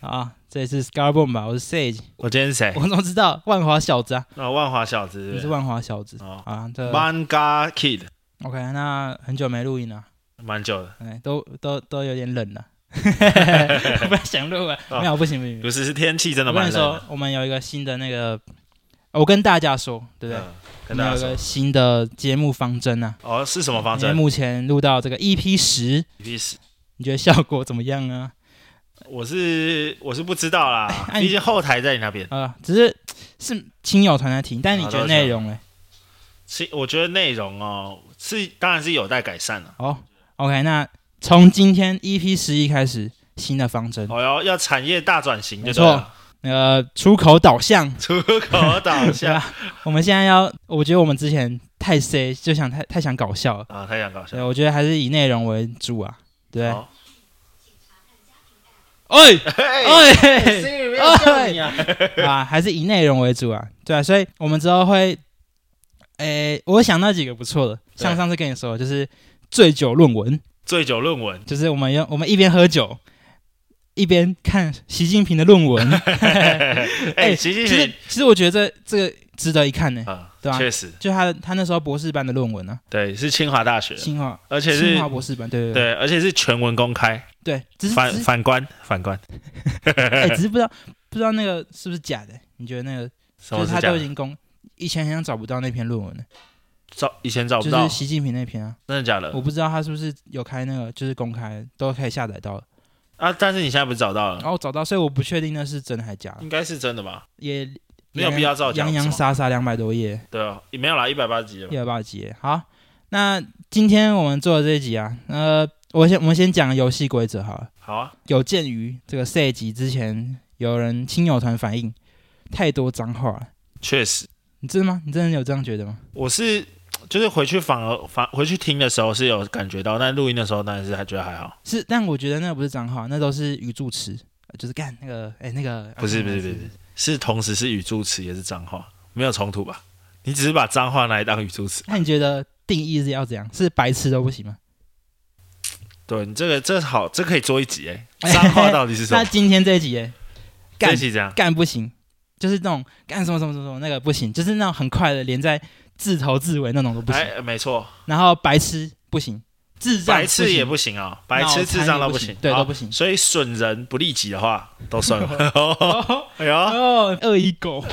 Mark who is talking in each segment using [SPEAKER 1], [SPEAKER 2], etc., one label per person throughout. [SPEAKER 1] 啊，这里是 Scarboom 吧，我是 Sage，
[SPEAKER 2] 我今天是谁？
[SPEAKER 1] 我怎么知道？万华小子啊，
[SPEAKER 2] 哦，万华小子
[SPEAKER 1] 你
[SPEAKER 2] 是
[SPEAKER 1] 是
[SPEAKER 2] 不是
[SPEAKER 1] 万华小子
[SPEAKER 2] 哦
[SPEAKER 1] 啊？这
[SPEAKER 2] ，Manga Kid，
[SPEAKER 1] OK，那很久没录音了，
[SPEAKER 2] 蛮久的，
[SPEAKER 1] 哎，都都都有点冷 了。我不要想录了，没有不行不行，不
[SPEAKER 2] 不
[SPEAKER 1] 行
[SPEAKER 2] 是是天气哦真的
[SPEAKER 1] 我跟
[SPEAKER 2] 蛮
[SPEAKER 1] 你
[SPEAKER 2] 冷
[SPEAKER 1] 说
[SPEAKER 2] 的，，
[SPEAKER 1] 我们有一个新的那个，我跟大家说，对不对？
[SPEAKER 2] 嗯，
[SPEAKER 1] 我
[SPEAKER 2] 跟
[SPEAKER 1] 们
[SPEAKER 2] 大
[SPEAKER 1] 有
[SPEAKER 2] 家
[SPEAKER 1] 一个
[SPEAKER 2] 说，
[SPEAKER 1] 新的节目方针啊，
[SPEAKER 2] 哦，是什么方
[SPEAKER 1] 因为
[SPEAKER 2] 针
[SPEAKER 1] 目前录到这个 EP 十，
[SPEAKER 2] ？EP 十，
[SPEAKER 1] 你觉得效果怎么样啊？
[SPEAKER 2] 我是我是不知道啦，
[SPEAKER 1] 哎
[SPEAKER 2] 毕竟后台在你那边。
[SPEAKER 1] 啊，只是是亲友团在听，但你
[SPEAKER 2] 啊
[SPEAKER 1] 觉得内容嘞？
[SPEAKER 2] 是，我觉得内容哦，是当然是有待改善了。
[SPEAKER 1] 哦，OK，那从今天 EP 十一开始，新的方针，
[SPEAKER 2] 哦哟，要产业大转型就
[SPEAKER 1] 没
[SPEAKER 2] 对
[SPEAKER 1] 错
[SPEAKER 2] 了，
[SPEAKER 1] 那个出口导 向，
[SPEAKER 2] 出口导
[SPEAKER 1] 对
[SPEAKER 2] 向
[SPEAKER 1] 吧？我们现在要，我觉得我们之前太 C 就想太太想搞笑了，
[SPEAKER 2] 啊，太想搞笑
[SPEAKER 1] 对，。我觉得还是以内容为主啊，对不
[SPEAKER 2] 好，
[SPEAKER 1] 对？
[SPEAKER 2] 哎
[SPEAKER 1] 哎
[SPEAKER 2] 哎
[SPEAKER 1] 哎，
[SPEAKER 2] Siri，没有叫你啊
[SPEAKER 1] 啊，还是以内容为主啊，对啊，所以我们之后会，诶，我想到几个不错的，
[SPEAKER 2] 对
[SPEAKER 1] 像上次跟你说的，就是醉酒论文，
[SPEAKER 2] 醉酒论文，
[SPEAKER 1] 就是我们用我们一边喝酒，一边看习近平的论 文。
[SPEAKER 2] 哎，
[SPEAKER 1] 哎
[SPEAKER 2] 习
[SPEAKER 1] 其
[SPEAKER 2] 近
[SPEAKER 1] 实
[SPEAKER 2] 平
[SPEAKER 1] 其实我觉得这这个值得一看呢、
[SPEAKER 2] 啊
[SPEAKER 1] 对，啊
[SPEAKER 2] 确实，
[SPEAKER 1] 就他的他那时候博士班的论文呢、
[SPEAKER 2] 对，是清华大学
[SPEAKER 1] 啊，，清华
[SPEAKER 2] 而且是
[SPEAKER 1] 清华博士班，对对对
[SPEAKER 2] 对，而且是全文公开，
[SPEAKER 1] 对，只是
[SPEAKER 2] 反
[SPEAKER 1] 只是
[SPEAKER 2] 反观反观，
[SPEAKER 1] 哎，只是不知道不知道那个是不是假的、你觉得那个
[SPEAKER 2] 什
[SPEAKER 1] 就
[SPEAKER 2] 么
[SPEAKER 1] 是
[SPEAKER 2] 是
[SPEAKER 1] 他
[SPEAKER 2] 假
[SPEAKER 1] 都
[SPEAKER 2] 的
[SPEAKER 1] 已经公以前好像找不到那篇论文了，
[SPEAKER 2] 找以前找
[SPEAKER 1] 就
[SPEAKER 2] 不到嗯
[SPEAKER 1] 是，习近平那篇啊，
[SPEAKER 2] 真的假的
[SPEAKER 1] 我不知道他是不是有开那个就是公开都可以下载到了，
[SPEAKER 2] 啊？但是你现在不是找到
[SPEAKER 1] 然
[SPEAKER 2] 了，
[SPEAKER 1] 后我找到，所以我不确定那是真的还假的，
[SPEAKER 2] 应该是真的吧？
[SPEAKER 1] 也
[SPEAKER 2] 没有必要造假
[SPEAKER 1] 洋洋洒洒两百多页。
[SPEAKER 2] 对哦，也没有啦，一百八十集了
[SPEAKER 1] 一。百八集。好，那今天我们做的这一集啊，呃，我先我们先讲游戏规则好了。
[SPEAKER 2] 好啊，
[SPEAKER 1] 有鉴于这个赛集之前有人亲友团反映太多脏话了，
[SPEAKER 2] 确实，
[SPEAKER 1] 你真的吗？你真的有这样觉得吗？
[SPEAKER 2] 我是就是回去反而反回去听的时候是有感觉到，但录音的时候当然是还觉得还好。
[SPEAKER 1] 是，但我觉得那不是脏话，那都是语助词，啊就是干那个，哎、那个
[SPEAKER 2] 不是不是不是不是，是同时是语助词也是脏话，没有冲突吧？你只是把脏话拿来当语助词，
[SPEAKER 1] 那你觉得定义是要怎样？是白痴都不行吗？
[SPEAKER 2] 对你这个这好，这可以做一 集哎、脏话到底是什
[SPEAKER 1] 那
[SPEAKER 2] 么？
[SPEAKER 1] 今天这一集耶，
[SPEAKER 2] 这
[SPEAKER 1] 干
[SPEAKER 2] 一集这样，
[SPEAKER 1] 干不行，就是那种干什么什么什么什么那个不行，就是那种很快的连在字头字尾那种都不行。
[SPEAKER 2] 哎，没错，
[SPEAKER 1] 然后白痴不行，智障
[SPEAKER 2] 白痴也
[SPEAKER 1] 不
[SPEAKER 2] 不行啊、白痴智障都不行
[SPEAKER 1] 脑残也不行，对
[SPEAKER 2] 好
[SPEAKER 1] 都不 行
[SPEAKER 2] 所以损人不利己的话都 算了。哎
[SPEAKER 1] 行
[SPEAKER 2] 呦，
[SPEAKER 1] 哦，恶意狗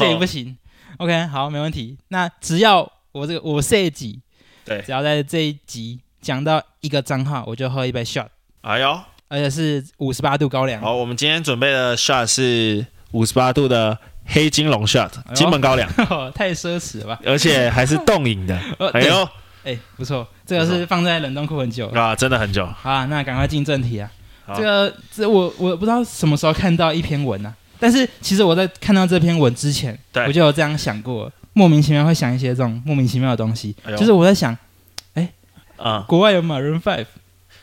[SPEAKER 1] 这也不行。OK，好，没问题。那只要我这个我这一集，
[SPEAKER 2] 对
[SPEAKER 1] 只要在这一集讲到一个脏话，我就喝一杯 shot，
[SPEAKER 2] 哎呦，
[SPEAKER 1] 而且是五十八度高粱。
[SPEAKER 2] 好，我们今天准备的 shot 是五十八度的黑金龙 shot，
[SPEAKER 1] 哎呦
[SPEAKER 2] 金门高粱，
[SPEAKER 1] 太奢侈了吧？
[SPEAKER 2] 而且还是冻 饮的。
[SPEAKER 1] 呃
[SPEAKER 2] 哎
[SPEAKER 1] 对
[SPEAKER 2] 呦，
[SPEAKER 1] 哎，不错，这个是放在冷冻库很久了。
[SPEAKER 2] 啊，真的很久。
[SPEAKER 1] 好啊，那赶快进正题啊！
[SPEAKER 2] 好
[SPEAKER 1] 这个这我我不知道什么时候看到一篇文啊，但是其实我在看到这篇文之前，
[SPEAKER 2] 对
[SPEAKER 1] 我就有这样想过，莫名其妙会想一些这种莫名其妙的东西，
[SPEAKER 2] 哎呦
[SPEAKER 1] 就是我在想，
[SPEAKER 2] 嗯，
[SPEAKER 1] 国外有 Maroon Five，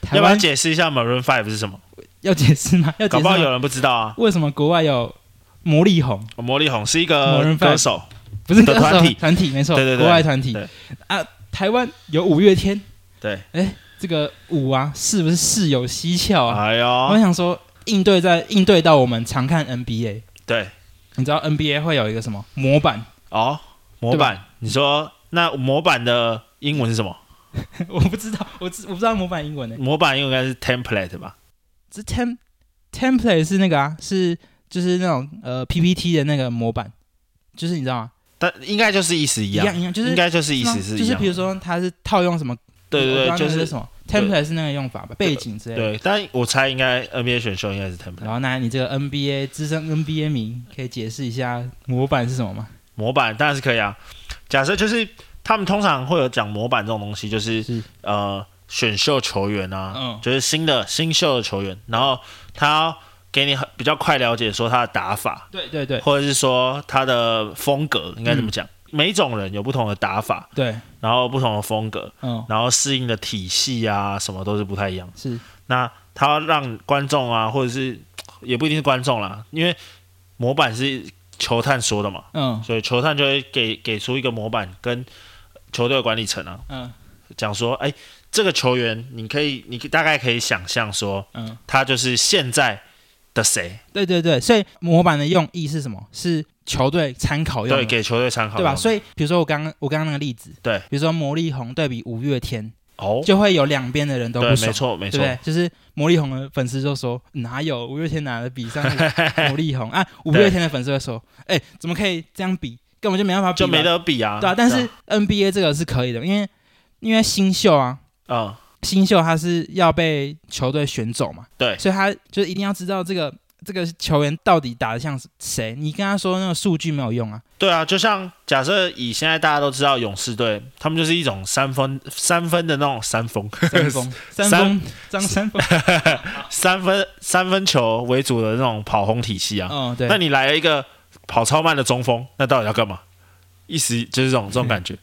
[SPEAKER 1] 台
[SPEAKER 2] 要不要
[SPEAKER 1] 湾
[SPEAKER 2] 解释一下 Maroon Five 是什么？
[SPEAKER 1] 要解释吗？要解
[SPEAKER 2] 搞
[SPEAKER 1] 释
[SPEAKER 2] 不
[SPEAKER 1] 吗
[SPEAKER 2] 好有人不知道啊。
[SPEAKER 1] 为什么国外有魔力红，
[SPEAKER 2] 魔力红是一个
[SPEAKER 1] Maroon
[SPEAKER 2] 歌
[SPEAKER 1] five
[SPEAKER 2] 手，
[SPEAKER 1] 不是
[SPEAKER 2] 的
[SPEAKER 1] 歌手
[SPEAKER 2] 团体
[SPEAKER 1] 团体没错，
[SPEAKER 2] 对对对
[SPEAKER 1] 国外团体
[SPEAKER 2] 对
[SPEAKER 1] 啊，台湾有五月天，
[SPEAKER 2] 对，
[SPEAKER 1] 这个舞啊是不是事有蹊跷啊？
[SPEAKER 2] 哎
[SPEAKER 1] 我
[SPEAKER 2] 呦，
[SPEAKER 1] 想说应对在应对到我们常看 NBA。
[SPEAKER 2] 对，
[SPEAKER 1] 你知道 NBA 会有一个什么模板？
[SPEAKER 2] 哦，模板，你说那模板的英文是什么？
[SPEAKER 1] 我不知道，我知我不知道模板英文呢、
[SPEAKER 2] 模板英文应该是 template 吧？
[SPEAKER 1] 这 tem template 是那个啊，是就是那种呃 PPT 的那个模板，就是你知道吗？
[SPEAKER 2] 但应该就是意思一
[SPEAKER 1] 一
[SPEAKER 2] 样，
[SPEAKER 1] 样一样，就是
[SPEAKER 2] 应该就是意
[SPEAKER 1] 吗
[SPEAKER 2] 思是
[SPEAKER 1] 就
[SPEAKER 2] 一
[SPEAKER 1] 是
[SPEAKER 2] 样
[SPEAKER 1] 比。如说它是套用什么？
[SPEAKER 2] 对
[SPEAKER 1] 我
[SPEAKER 2] 对
[SPEAKER 1] 不
[SPEAKER 2] 对，
[SPEAKER 1] 知道
[SPEAKER 2] 就
[SPEAKER 1] 那个
[SPEAKER 2] 是
[SPEAKER 1] 什么 template 是那个用法吧，背景之类的。
[SPEAKER 2] 对。但我猜应该 NBA 选秀应该是 template
[SPEAKER 1] 然后，那你这个 NBA 资深 NBA 迷可以解释一下模板是什么吗？
[SPEAKER 2] 模板，当然是可以啊。假设就是他们通常会有讲模板这种东西，就是
[SPEAKER 1] 是
[SPEAKER 2] 呃选秀球员啊，
[SPEAKER 1] 嗯
[SPEAKER 2] 就是新的新秀的球员，然后他要给你很比较快了解说他的打法，
[SPEAKER 1] 对对嗯对
[SPEAKER 2] 或者是说他的风格应该怎么讲。每一种人有不同的打法，
[SPEAKER 1] 对，
[SPEAKER 2] 然后不同的风格，
[SPEAKER 1] 嗯，
[SPEAKER 2] 然后适应的体系啊，什么都是不太一样的。
[SPEAKER 1] 是
[SPEAKER 2] 那他要让观众啊，或者是也不一定是观众啦，因为模板是球探说的嘛，
[SPEAKER 1] 嗯
[SPEAKER 2] 所以球探就会给给出一个模板，跟球队的管理层啊
[SPEAKER 1] 嗯
[SPEAKER 2] 讲说，哎、这个球员你可以，你大概可以想象说，
[SPEAKER 1] 嗯
[SPEAKER 2] 他就是现在的谁，
[SPEAKER 1] 对对对，所以模板的用意是什么？是球队参考用
[SPEAKER 2] 对，
[SPEAKER 1] 的，
[SPEAKER 2] 给球队参考
[SPEAKER 1] 对吧？
[SPEAKER 2] 用
[SPEAKER 1] 所以比如说我刚刚我刚刚那个例子，
[SPEAKER 2] 对，
[SPEAKER 1] 比如说魔力红对比五月天，
[SPEAKER 2] 哦，
[SPEAKER 1] 就会有两边的人都
[SPEAKER 2] 对，
[SPEAKER 1] 不
[SPEAKER 2] 没
[SPEAKER 1] 爽，
[SPEAKER 2] 错，没
[SPEAKER 1] 对
[SPEAKER 2] 错
[SPEAKER 1] 不，对？就是魔力红的粉丝就说哪有五月天哪的比上 魔力红啊？五月天的粉丝会说，哎，怎么可以这样比？根本就没办法比吧，
[SPEAKER 2] 就没得比啊。
[SPEAKER 1] 对啊。但是 NBA 这个是可以的，因为因为新秀啊，
[SPEAKER 2] 嗯，
[SPEAKER 1] 新秀他是要被球队选走嘛，
[SPEAKER 2] 对
[SPEAKER 1] 所以他就一定要知道这个这个球员到底打得像谁。你跟他说那个数据没有 用啊，
[SPEAKER 2] 对啊，就像假设以现在大家都知道勇士队，他们就是一种三分三分的那种三分
[SPEAKER 1] 三峰，三峰，张三峰，
[SPEAKER 2] 三分三分球为主的那种跑轰体系啊。
[SPEAKER 1] 哦，对，
[SPEAKER 2] 那你来了一个跑超慢的中锋，那到底要干嘛？一时就是这种这种感觉，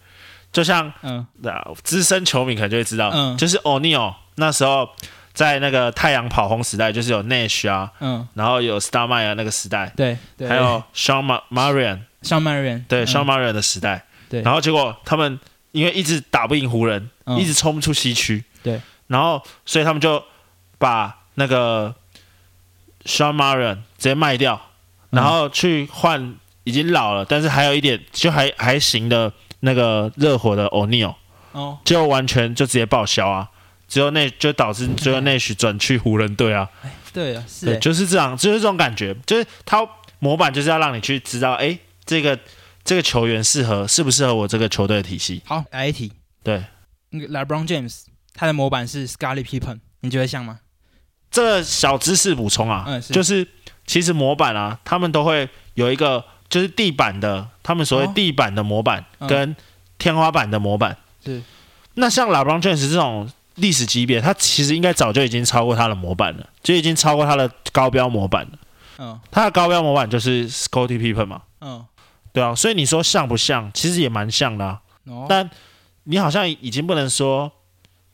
[SPEAKER 2] 就像
[SPEAKER 1] 嗯
[SPEAKER 2] 啊，资深球迷可能就会知道，
[SPEAKER 1] 嗯
[SPEAKER 2] 就是 O'Neal 那时候在那个太阳跑轰时代，就是有 Nash 啊，
[SPEAKER 1] 嗯，
[SPEAKER 2] 然后有 Starmyer 那个时代，
[SPEAKER 1] 对，对
[SPEAKER 2] 还有 Sean Ma- Marion
[SPEAKER 1] 小曼人，
[SPEAKER 2] 对、
[SPEAKER 1] 嗯
[SPEAKER 2] Sean Marion 的时代，
[SPEAKER 1] 对
[SPEAKER 2] 然后结果他们因为一直打不赢湖人，
[SPEAKER 1] 嗯
[SPEAKER 2] 一直冲不出西区，
[SPEAKER 1] 对，
[SPEAKER 2] 然后所以他们就把那个 Sean Marion 直接卖掉，
[SPEAKER 1] 嗯
[SPEAKER 2] 然后去换已经老了，但是还有一点就还还行的那个热火的 O'Neal。
[SPEAKER 1] 哦，
[SPEAKER 2] 就完全就直接报销啊，只有内就导致只有内许转去湖人队啊，
[SPEAKER 1] 对了，是
[SPEAKER 2] 对，
[SPEAKER 1] 欸，
[SPEAKER 2] 就是这样，就是这种感觉，就是他模板就是要让你去知道，哎，这个这个球员适合适不适合我这个球队的体系，
[SPEAKER 1] 好，来一题，
[SPEAKER 2] 对，
[SPEAKER 1] 那个 LeBron James 他的模板是 Scottie Pippen，你觉得像吗？
[SPEAKER 2] 这个小知识补充啊，
[SPEAKER 1] 嗯是
[SPEAKER 2] 就是其实模板啊，他们都会有一个就是地板的，他们所谓
[SPEAKER 1] 哦
[SPEAKER 2] 地板的模板、
[SPEAKER 1] 嗯
[SPEAKER 2] 跟天花板的模板。
[SPEAKER 1] 是，
[SPEAKER 2] 那像 LeBron James 这种历史级别，他其实应该早就已经超过他的模板了，就已经超过他的高标模板了。
[SPEAKER 1] 嗯
[SPEAKER 2] 他的高标模板就是 Scotty Pippen 嘛，
[SPEAKER 1] 嗯，
[SPEAKER 2] 对啊，所以你说像不像？其实也蛮像的、啊，
[SPEAKER 1] 哦，
[SPEAKER 2] 但你好像已经不能说，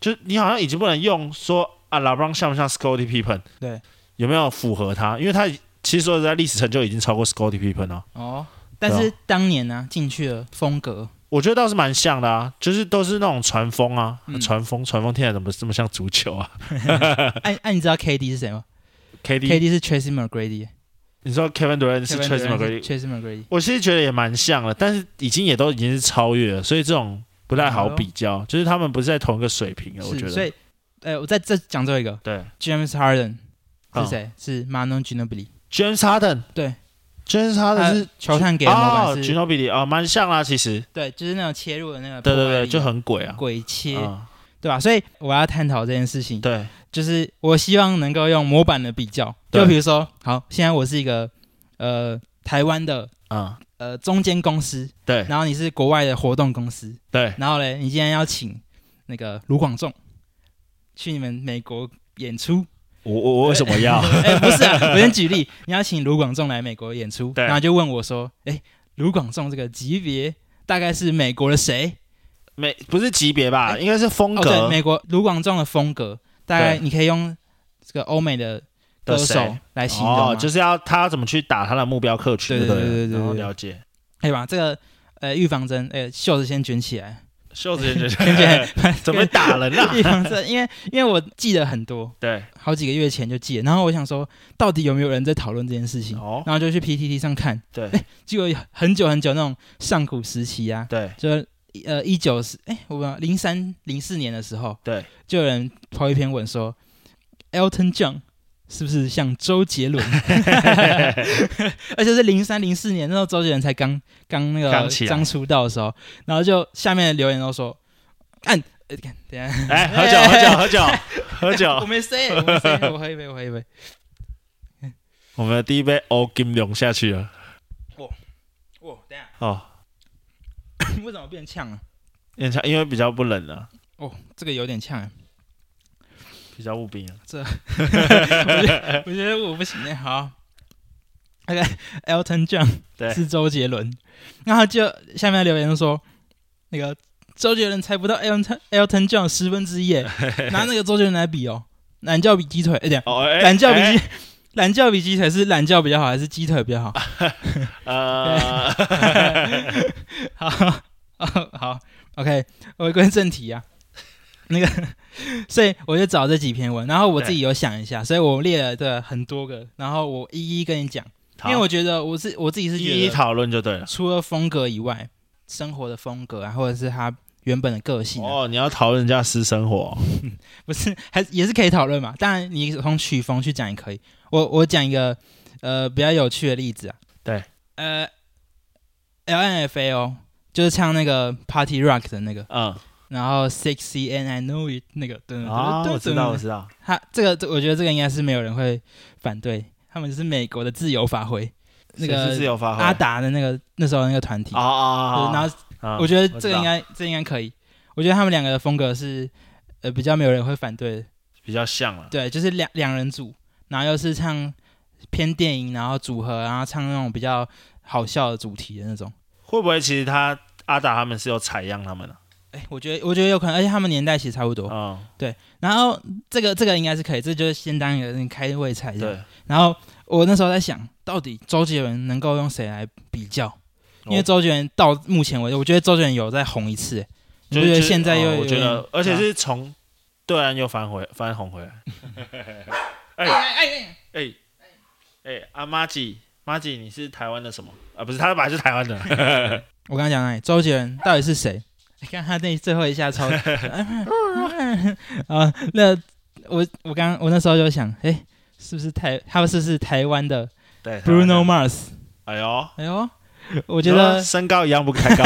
[SPEAKER 2] 就你好像已经不能用说啊，LeBron 像不像 Scotty Pippen？
[SPEAKER 1] 对，
[SPEAKER 2] 有没有符合他？因为他其实说实在，历史成就已经超过 Scotty Pippen 了、
[SPEAKER 1] 哦，但是
[SPEAKER 2] 啊
[SPEAKER 1] 当年呢进去的风 格，
[SPEAKER 2] 我觉得倒是蛮像的啊，就是都是那种传风啊
[SPEAKER 1] 嗯，
[SPEAKER 2] 传、风，传风听起来怎么这么像足球啊
[SPEAKER 1] 哎哎，你知道 KD 是谁吗
[SPEAKER 2] ？KD，
[SPEAKER 1] ？KD 是 Tracy McGrady。
[SPEAKER 2] 你说 Kevin Durant 是 Tracy
[SPEAKER 1] m c
[SPEAKER 2] McGrady，
[SPEAKER 1] g r a d
[SPEAKER 2] 我其实觉得也蛮像的，但是已经也都已经是超越了，所以这种不太好比较，就是他们不是在同一个水平了，我
[SPEAKER 1] y 嗯是，
[SPEAKER 2] 觉得。
[SPEAKER 1] 所以，呃，我在这讲最后一个
[SPEAKER 2] 对
[SPEAKER 1] James Harden
[SPEAKER 2] 嗯
[SPEAKER 1] 是谁？是 Manon Ginobili，
[SPEAKER 2] ，James Harden，
[SPEAKER 1] 对
[SPEAKER 2] ，James Harden 是
[SPEAKER 1] 他球探给的模
[SPEAKER 2] 哦
[SPEAKER 1] 板是，
[SPEAKER 2] ，Ginobili 啊，蛮像啦，其实，
[SPEAKER 1] 对，就是那种切入的那个
[SPEAKER 2] 对
[SPEAKER 1] 破
[SPEAKER 2] 对
[SPEAKER 1] 坏
[SPEAKER 2] 对，
[SPEAKER 1] 力
[SPEAKER 2] 就很鬼啊，
[SPEAKER 1] 鬼切，
[SPEAKER 2] 嗯，
[SPEAKER 1] 对吧？所以我要探讨这件事情，
[SPEAKER 2] 对，
[SPEAKER 1] 就是我希望能够用模板的比较，
[SPEAKER 2] 对
[SPEAKER 1] 就比如说，好，现在我是一个呃台湾的
[SPEAKER 2] 嗯，
[SPEAKER 1] 呃中间公司，
[SPEAKER 2] 对
[SPEAKER 1] 然后你是国外的活动公司，
[SPEAKER 2] 对，
[SPEAKER 1] 然后嘞，你今天要请那个卢广仲去你们美国演出。
[SPEAKER 2] 我我我为什么要？
[SPEAKER 1] 哎、不是、啊，我先举例，你要请卢广仲来美国演出，
[SPEAKER 2] 对
[SPEAKER 1] 然后就问我说，哎、卢广仲这个级别大概是美国的谁？
[SPEAKER 2] 没不是级别吧，
[SPEAKER 1] 哎
[SPEAKER 2] 应该是风
[SPEAKER 1] 哦，对，
[SPEAKER 2] 格
[SPEAKER 1] 美国卢广仲的风格，大概
[SPEAKER 2] 对
[SPEAKER 1] 你可以用这个欧美的歌
[SPEAKER 2] 的
[SPEAKER 1] 手
[SPEAKER 2] 谁
[SPEAKER 1] 来形容嘛，
[SPEAKER 2] 哦，就是要他怎么去打他的目标客群，
[SPEAKER 1] 对
[SPEAKER 2] 不
[SPEAKER 1] 对对对对
[SPEAKER 2] 然后
[SPEAKER 1] 对
[SPEAKER 2] 了 解。
[SPEAKER 1] 可以吧？哎这个呃预防针，哎、袖子先卷起来，
[SPEAKER 2] 袖子也
[SPEAKER 1] 先
[SPEAKER 2] 觉
[SPEAKER 1] 卷
[SPEAKER 2] 得 怎么打人啊？
[SPEAKER 1] 预防针，因为因为我记得很多，
[SPEAKER 2] 对，
[SPEAKER 1] 好几个月前就记得，然后我想说，到底有没有人在讨论这件事 情？
[SPEAKER 2] 哦，
[SPEAKER 1] 然后就去 PTT 上看，
[SPEAKER 2] 对
[SPEAKER 1] 就有很久很久那种上古时期啊，
[SPEAKER 2] 对
[SPEAKER 1] 就呃一九四哎，我不知道零三零四年的时候，
[SPEAKER 2] 对，
[SPEAKER 1] 就有人抛一篇文说，Elton John 是不是像周杰伦？ 而且是零三零四年那时候，周杰伦才刚刚那
[SPEAKER 2] 刚
[SPEAKER 1] 个
[SPEAKER 2] 起来
[SPEAKER 1] 刚出道的时候，然后就下面的留言都说，按、呃干等一下，
[SPEAKER 2] 哎，喝酒 喝酒喝酒喝
[SPEAKER 1] 我
[SPEAKER 2] 酒，
[SPEAKER 1] 没 say，我没 say，我喝一杯，我喝一杯。
[SPEAKER 2] 我们的第一杯欧金龙下去了
[SPEAKER 1] 哇，等一下，
[SPEAKER 2] 哦，
[SPEAKER 1] 为什么变呛了、
[SPEAKER 2] 因为因为比较不冷了，
[SPEAKER 1] 哦，这个有点呛、啊，
[SPEAKER 2] 比啊较不冰 了。
[SPEAKER 1] 我觉得我不行哎、好。那个 Elton John
[SPEAKER 2] 对
[SPEAKER 1] 是周杰伦，然后就下面留言就说，那个周杰伦才不到 Elton Elton John 十分之一 耶，拿那个周杰伦来比哦，懒觉比鸡腿，哎、欸，
[SPEAKER 2] 哦，哎
[SPEAKER 1] 懒觉比
[SPEAKER 2] 哎
[SPEAKER 1] 鸡，懒觉比鸡腿是懒觉比较好还是鸡腿比较好？
[SPEAKER 2] 呃，
[SPEAKER 1] 好，好，好，OK，回归正题啊。那个 所以我就找这几篇文，然后我自己有想一下，所以我列了这很多个，然后我一一跟你讲， 因为我觉得我是我自己是
[SPEAKER 2] 一
[SPEAKER 1] 觉
[SPEAKER 2] 一
[SPEAKER 1] 得，
[SPEAKER 2] 讨论就对了。
[SPEAKER 1] 除了风格以外，生活的风格啊，或者是他原本的个性、啊，
[SPEAKER 2] 哦，你要讨论人家私生活哦，
[SPEAKER 1] 不是还也是可以讨论嘛。当然，你从曲风去讲也可以。我我讲一个呃比较有趣的例子啊，
[SPEAKER 2] 对，
[SPEAKER 1] 呃，L N F A 哦，就是唱那个 Party Rock 的那个，
[SPEAKER 2] 嗯，
[SPEAKER 1] 然后 Sexy and I Know It 那个，对
[SPEAKER 2] 啊，我知道，我知道，
[SPEAKER 1] 他这个，这我觉得这个应该是没有人会反对，他们就是美国的自由发挥，那
[SPEAKER 2] 谁是
[SPEAKER 1] 个
[SPEAKER 2] 自由发挥，
[SPEAKER 1] 阿达的那个那时候那个团体，
[SPEAKER 2] 啊啊
[SPEAKER 1] 对
[SPEAKER 2] 啊，
[SPEAKER 1] 然
[SPEAKER 2] 后
[SPEAKER 1] 后我觉得这个应该这个应该可以，我觉得他们两个的风格是呃比较没有人会反对的，
[SPEAKER 2] 比较像了，
[SPEAKER 1] 对，就是两两人组，然后又是唱偏电影，然后组合，然后唱那种比较好笑的主题的那种，
[SPEAKER 2] 会不会其实他阿达他们是有采样他们的？
[SPEAKER 1] 哎，我觉得我觉得有可能，而且他们年代其实差不多，
[SPEAKER 2] 嗯，
[SPEAKER 1] 然后这个这个应该是可以，这就是先当一个那个开胃菜这样。
[SPEAKER 2] 嗯对，
[SPEAKER 1] 然后我那时候在想，到底周杰伦能够用谁来比较？因
[SPEAKER 2] 哦
[SPEAKER 1] 为周杰伦到目前为止，我觉得周杰伦有在红一次，你不觉得现在又
[SPEAKER 2] 哦
[SPEAKER 1] 有
[SPEAKER 2] 我觉
[SPEAKER 1] 点啊
[SPEAKER 2] 得，而且是从对岸又翻回翻红回 来。
[SPEAKER 1] 哎哎哎，
[SPEAKER 2] 哎哎，阿妈吉妈吉，你是台湾的什么？啊，不是，他本来是台湾的。
[SPEAKER 1] 我刚刚讲哪里？哎周杰伦到底是谁？你看他那最后一下超 啊，那我我刚我那时候就想，哎，是不是台他们是不是台湾的
[SPEAKER 2] 对台湾的
[SPEAKER 1] Bruno Mars？
[SPEAKER 2] 哎呦，
[SPEAKER 1] 哎呦，我
[SPEAKER 2] 我
[SPEAKER 1] 觉得
[SPEAKER 2] 身高一样不太高。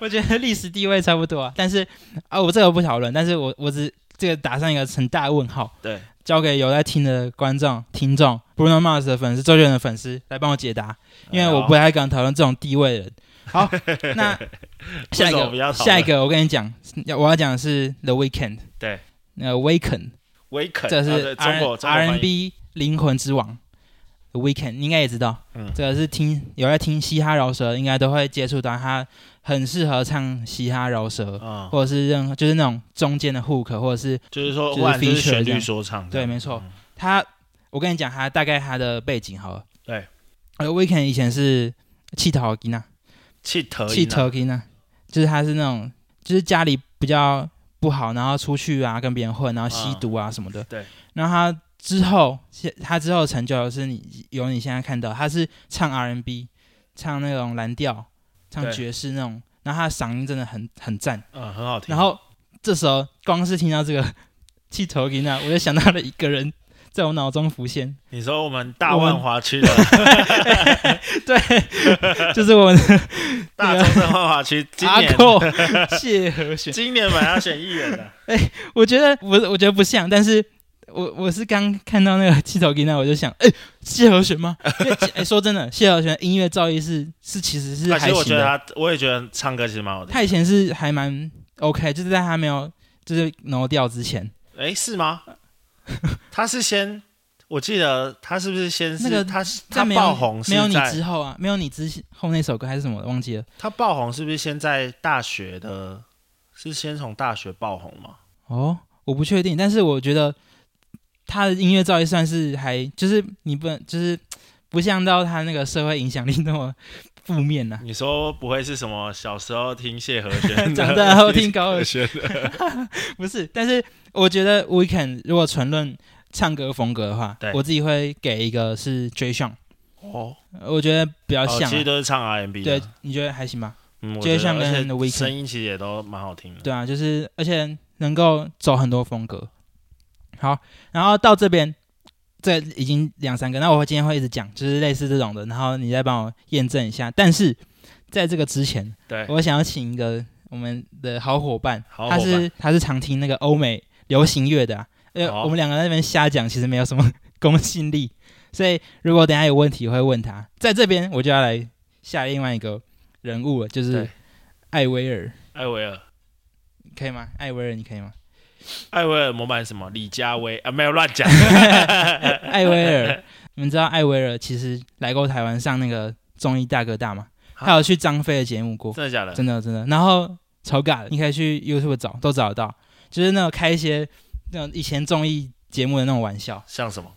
[SPEAKER 1] 我觉得历史地位差不多啊，但是啊，我这个不讨论，但是我我只这个打上一个很大的问号，
[SPEAKER 2] 对，
[SPEAKER 1] 交给有在听的观众、听众，Bruno Mars 的粉丝、周杰伦的粉丝来帮我解答， 因为我
[SPEAKER 2] 哎
[SPEAKER 1] 不太敢讨论这种地位的人。好， 那下一
[SPEAKER 2] 为什么不要
[SPEAKER 1] 个，
[SPEAKER 2] 讨论
[SPEAKER 1] 下一个，我跟你讲，我要讲的是 The Weeknd，
[SPEAKER 2] 对，
[SPEAKER 1] 那 Weeknd，
[SPEAKER 2] 维肯，
[SPEAKER 1] 这
[SPEAKER 2] 啊
[SPEAKER 1] 是
[SPEAKER 2] 对中国
[SPEAKER 1] R
[SPEAKER 2] 中国翻
[SPEAKER 1] R
[SPEAKER 2] 译
[SPEAKER 1] N B 灵魂之王，The Weeknd，你应该也知道，
[SPEAKER 2] 嗯
[SPEAKER 1] 这个是听有在听嘻哈饶舌，应该都会接触到他，很适合唱嘻哈饶舌，
[SPEAKER 2] 嗯，
[SPEAKER 1] 或者是任何就是那种中间的 hook，或者是
[SPEAKER 2] 就是说，
[SPEAKER 1] 就是
[SPEAKER 2] 忽然就是
[SPEAKER 1] feature
[SPEAKER 2] 旋
[SPEAKER 1] 这
[SPEAKER 2] 律
[SPEAKER 1] 样
[SPEAKER 2] 说唱这
[SPEAKER 1] 对，
[SPEAKER 2] 样。
[SPEAKER 1] 没错
[SPEAKER 2] 嗯，
[SPEAKER 1] 他，我跟你讲，他大概他的背景好了。
[SPEAKER 2] 对，
[SPEAKER 1] 呃，Weekend 以前是气头吉娜，
[SPEAKER 2] 气头音啊
[SPEAKER 1] 气头吉娜，就是他是那种，就是家里比较不好，然后出去啊跟别人混，然后吸毒啊什么的。
[SPEAKER 2] 对，
[SPEAKER 1] 然后他之后，现他之后的成就是你有你现在看到，他是唱 R&B，唱那种蓝调，唱
[SPEAKER 2] 对
[SPEAKER 1] 爵士那种，然后他的嗓音真的很很赞。
[SPEAKER 2] 嗯，很好听。
[SPEAKER 1] 然后这时候光是听到这个 气头音啊，我就想到了一个人在我脑中浮现，
[SPEAKER 2] 你说我们大
[SPEAKER 1] 我们啊
[SPEAKER 2] 万华区 的
[SPEAKER 1] 对， 就是我们的
[SPEAKER 2] 大中正万华区，今
[SPEAKER 1] 阿
[SPEAKER 2] 年
[SPEAKER 1] 寇谢和弦。
[SPEAKER 2] 今年本来要选议员的，
[SPEAKER 1] 我觉得我我觉得不像，但是我我是刚看到那个气头音啊，我就想，哎、谢和弦吗？因为哎、说真的，谢和弦音乐造诣是是其实 是
[SPEAKER 2] 啊那其
[SPEAKER 1] 还
[SPEAKER 2] 实我
[SPEAKER 1] 行
[SPEAKER 2] 觉得
[SPEAKER 1] 的，
[SPEAKER 2] 他，我也觉得唱歌其实蛮好听。
[SPEAKER 1] 他以前是还蛮 OK，就是在他没有就是挪掉之前，
[SPEAKER 2] 哎，是吗？他是先，我记得他是不是先是
[SPEAKER 1] 那个
[SPEAKER 2] 他是
[SPEAKER 1] 在
[SPEAKER 2] 他
[SPEAKER 1] 没有
[SPEAKER 2] 爆红是
[SPEAKER 1] 没有你
[SPEAKER 2] 在
[SPEAKER 1] 之后啊，没有你之后那首歌还是什么的忘记了。
[SPEAKER 2] 他爆红是不是先在大学的？是先从大学爆红吗？
[SPEAKER 1] 哦，我不确定，但是我觉得他的音乐造诣算是还，就是你不能，就是不像到他那个社会影响力那么负面啊 呐、，
[SPEAKER 2] 你说不会是什么小时候听谢和 弦
[SPEAKER 1] 长大后听高
[SPEAKER 2] 和
[SPEAKER 1] 尔，
[SPEAKER 2] 弦，
[SPEAKER 1] 不是，但是我觉得 Weekend 如果纯论唱歌风格的话
[SPEAKER 2] 对，
[SPEAKER 1] 我自己会给一个是 J s h a n
[SPEAKER 2] 哦，
[SPEAKER 1] 我觉得比较
[SPEAKER 2] 哦
[SPEAKER 1] 像
[SPEAKER 2] 其
[SPEAKER 1] 啊、
[SPEAKER 2] 实都是唱 R&B 的
[SPEAKER 1] 对，，你觉得还行吧？
[SPEAKER 2] 嗯，我
[SPEAKER 1] 就
[SPEAKER 2] 觉
[SPEAKER 1] 像
[SPEAKER 2] 得
[SPEAKER 1] 跟
[SPEAKER 2] 而
[SPEAKER 1] The
[SPEAKER 2] 且
[SPEAKER 1] Weeknd
[SPEAKER 2] 声音其实也都蛮好听的。
[SPEAKER 1] 对啊，就是而且能够走很多风格。好，然后到这边，这已经两三个，那我今天会一直讲，就是类似这种的，然后你再帮我验证一下。但是在这个之前，
[SPEAKER 2] 对，
[SPEAKER 1] 我想要请一个我们的好伙伴，
[SPEAKER 2] 好伙
[SPEAKER 1] 他
[SPEAKER 2] 伴
[SPEAKER 1] 是他是常听那个欧美流行乐的、啊，因为
[SPEAKER 2] 好
[SPEAKER 1] 我们两个在那边瞎讲，其实没有什么公信力，所以如果等一下有问题我会问他。在这边我就要来下另外一个人物了，就是
[SPEAKER 2] 对
[SPEAKER 1] 艾薇儿。
[SPEAKER 2] 艾薇儿，
[SPEAKER 1] 可以吗？艾薇儿，你可以 吗？
[SPEAKER 2] 艾薇儿模板是什么？李佳薇啊，没有乱 讲。
[SPEAKER 1] 艾薇儿，你们知道艾薇儿其实来过台湾上那个综艺大哥大吗？
[SPEAKER 2] 啊
[SPEAKER 1] 他有去张飞的节目过，
[SPEAKER 2] 真的假的？
[SPEAKER 1] 真的真的。然后超尬
[SPEAKER 2] 嗯
[SPEAKER 1] 的，你可以去 YouTube 找，都找得到。就是那种开一些那种以前综艺节目的那种玩笑，
[SPEAKER 2] 像什么？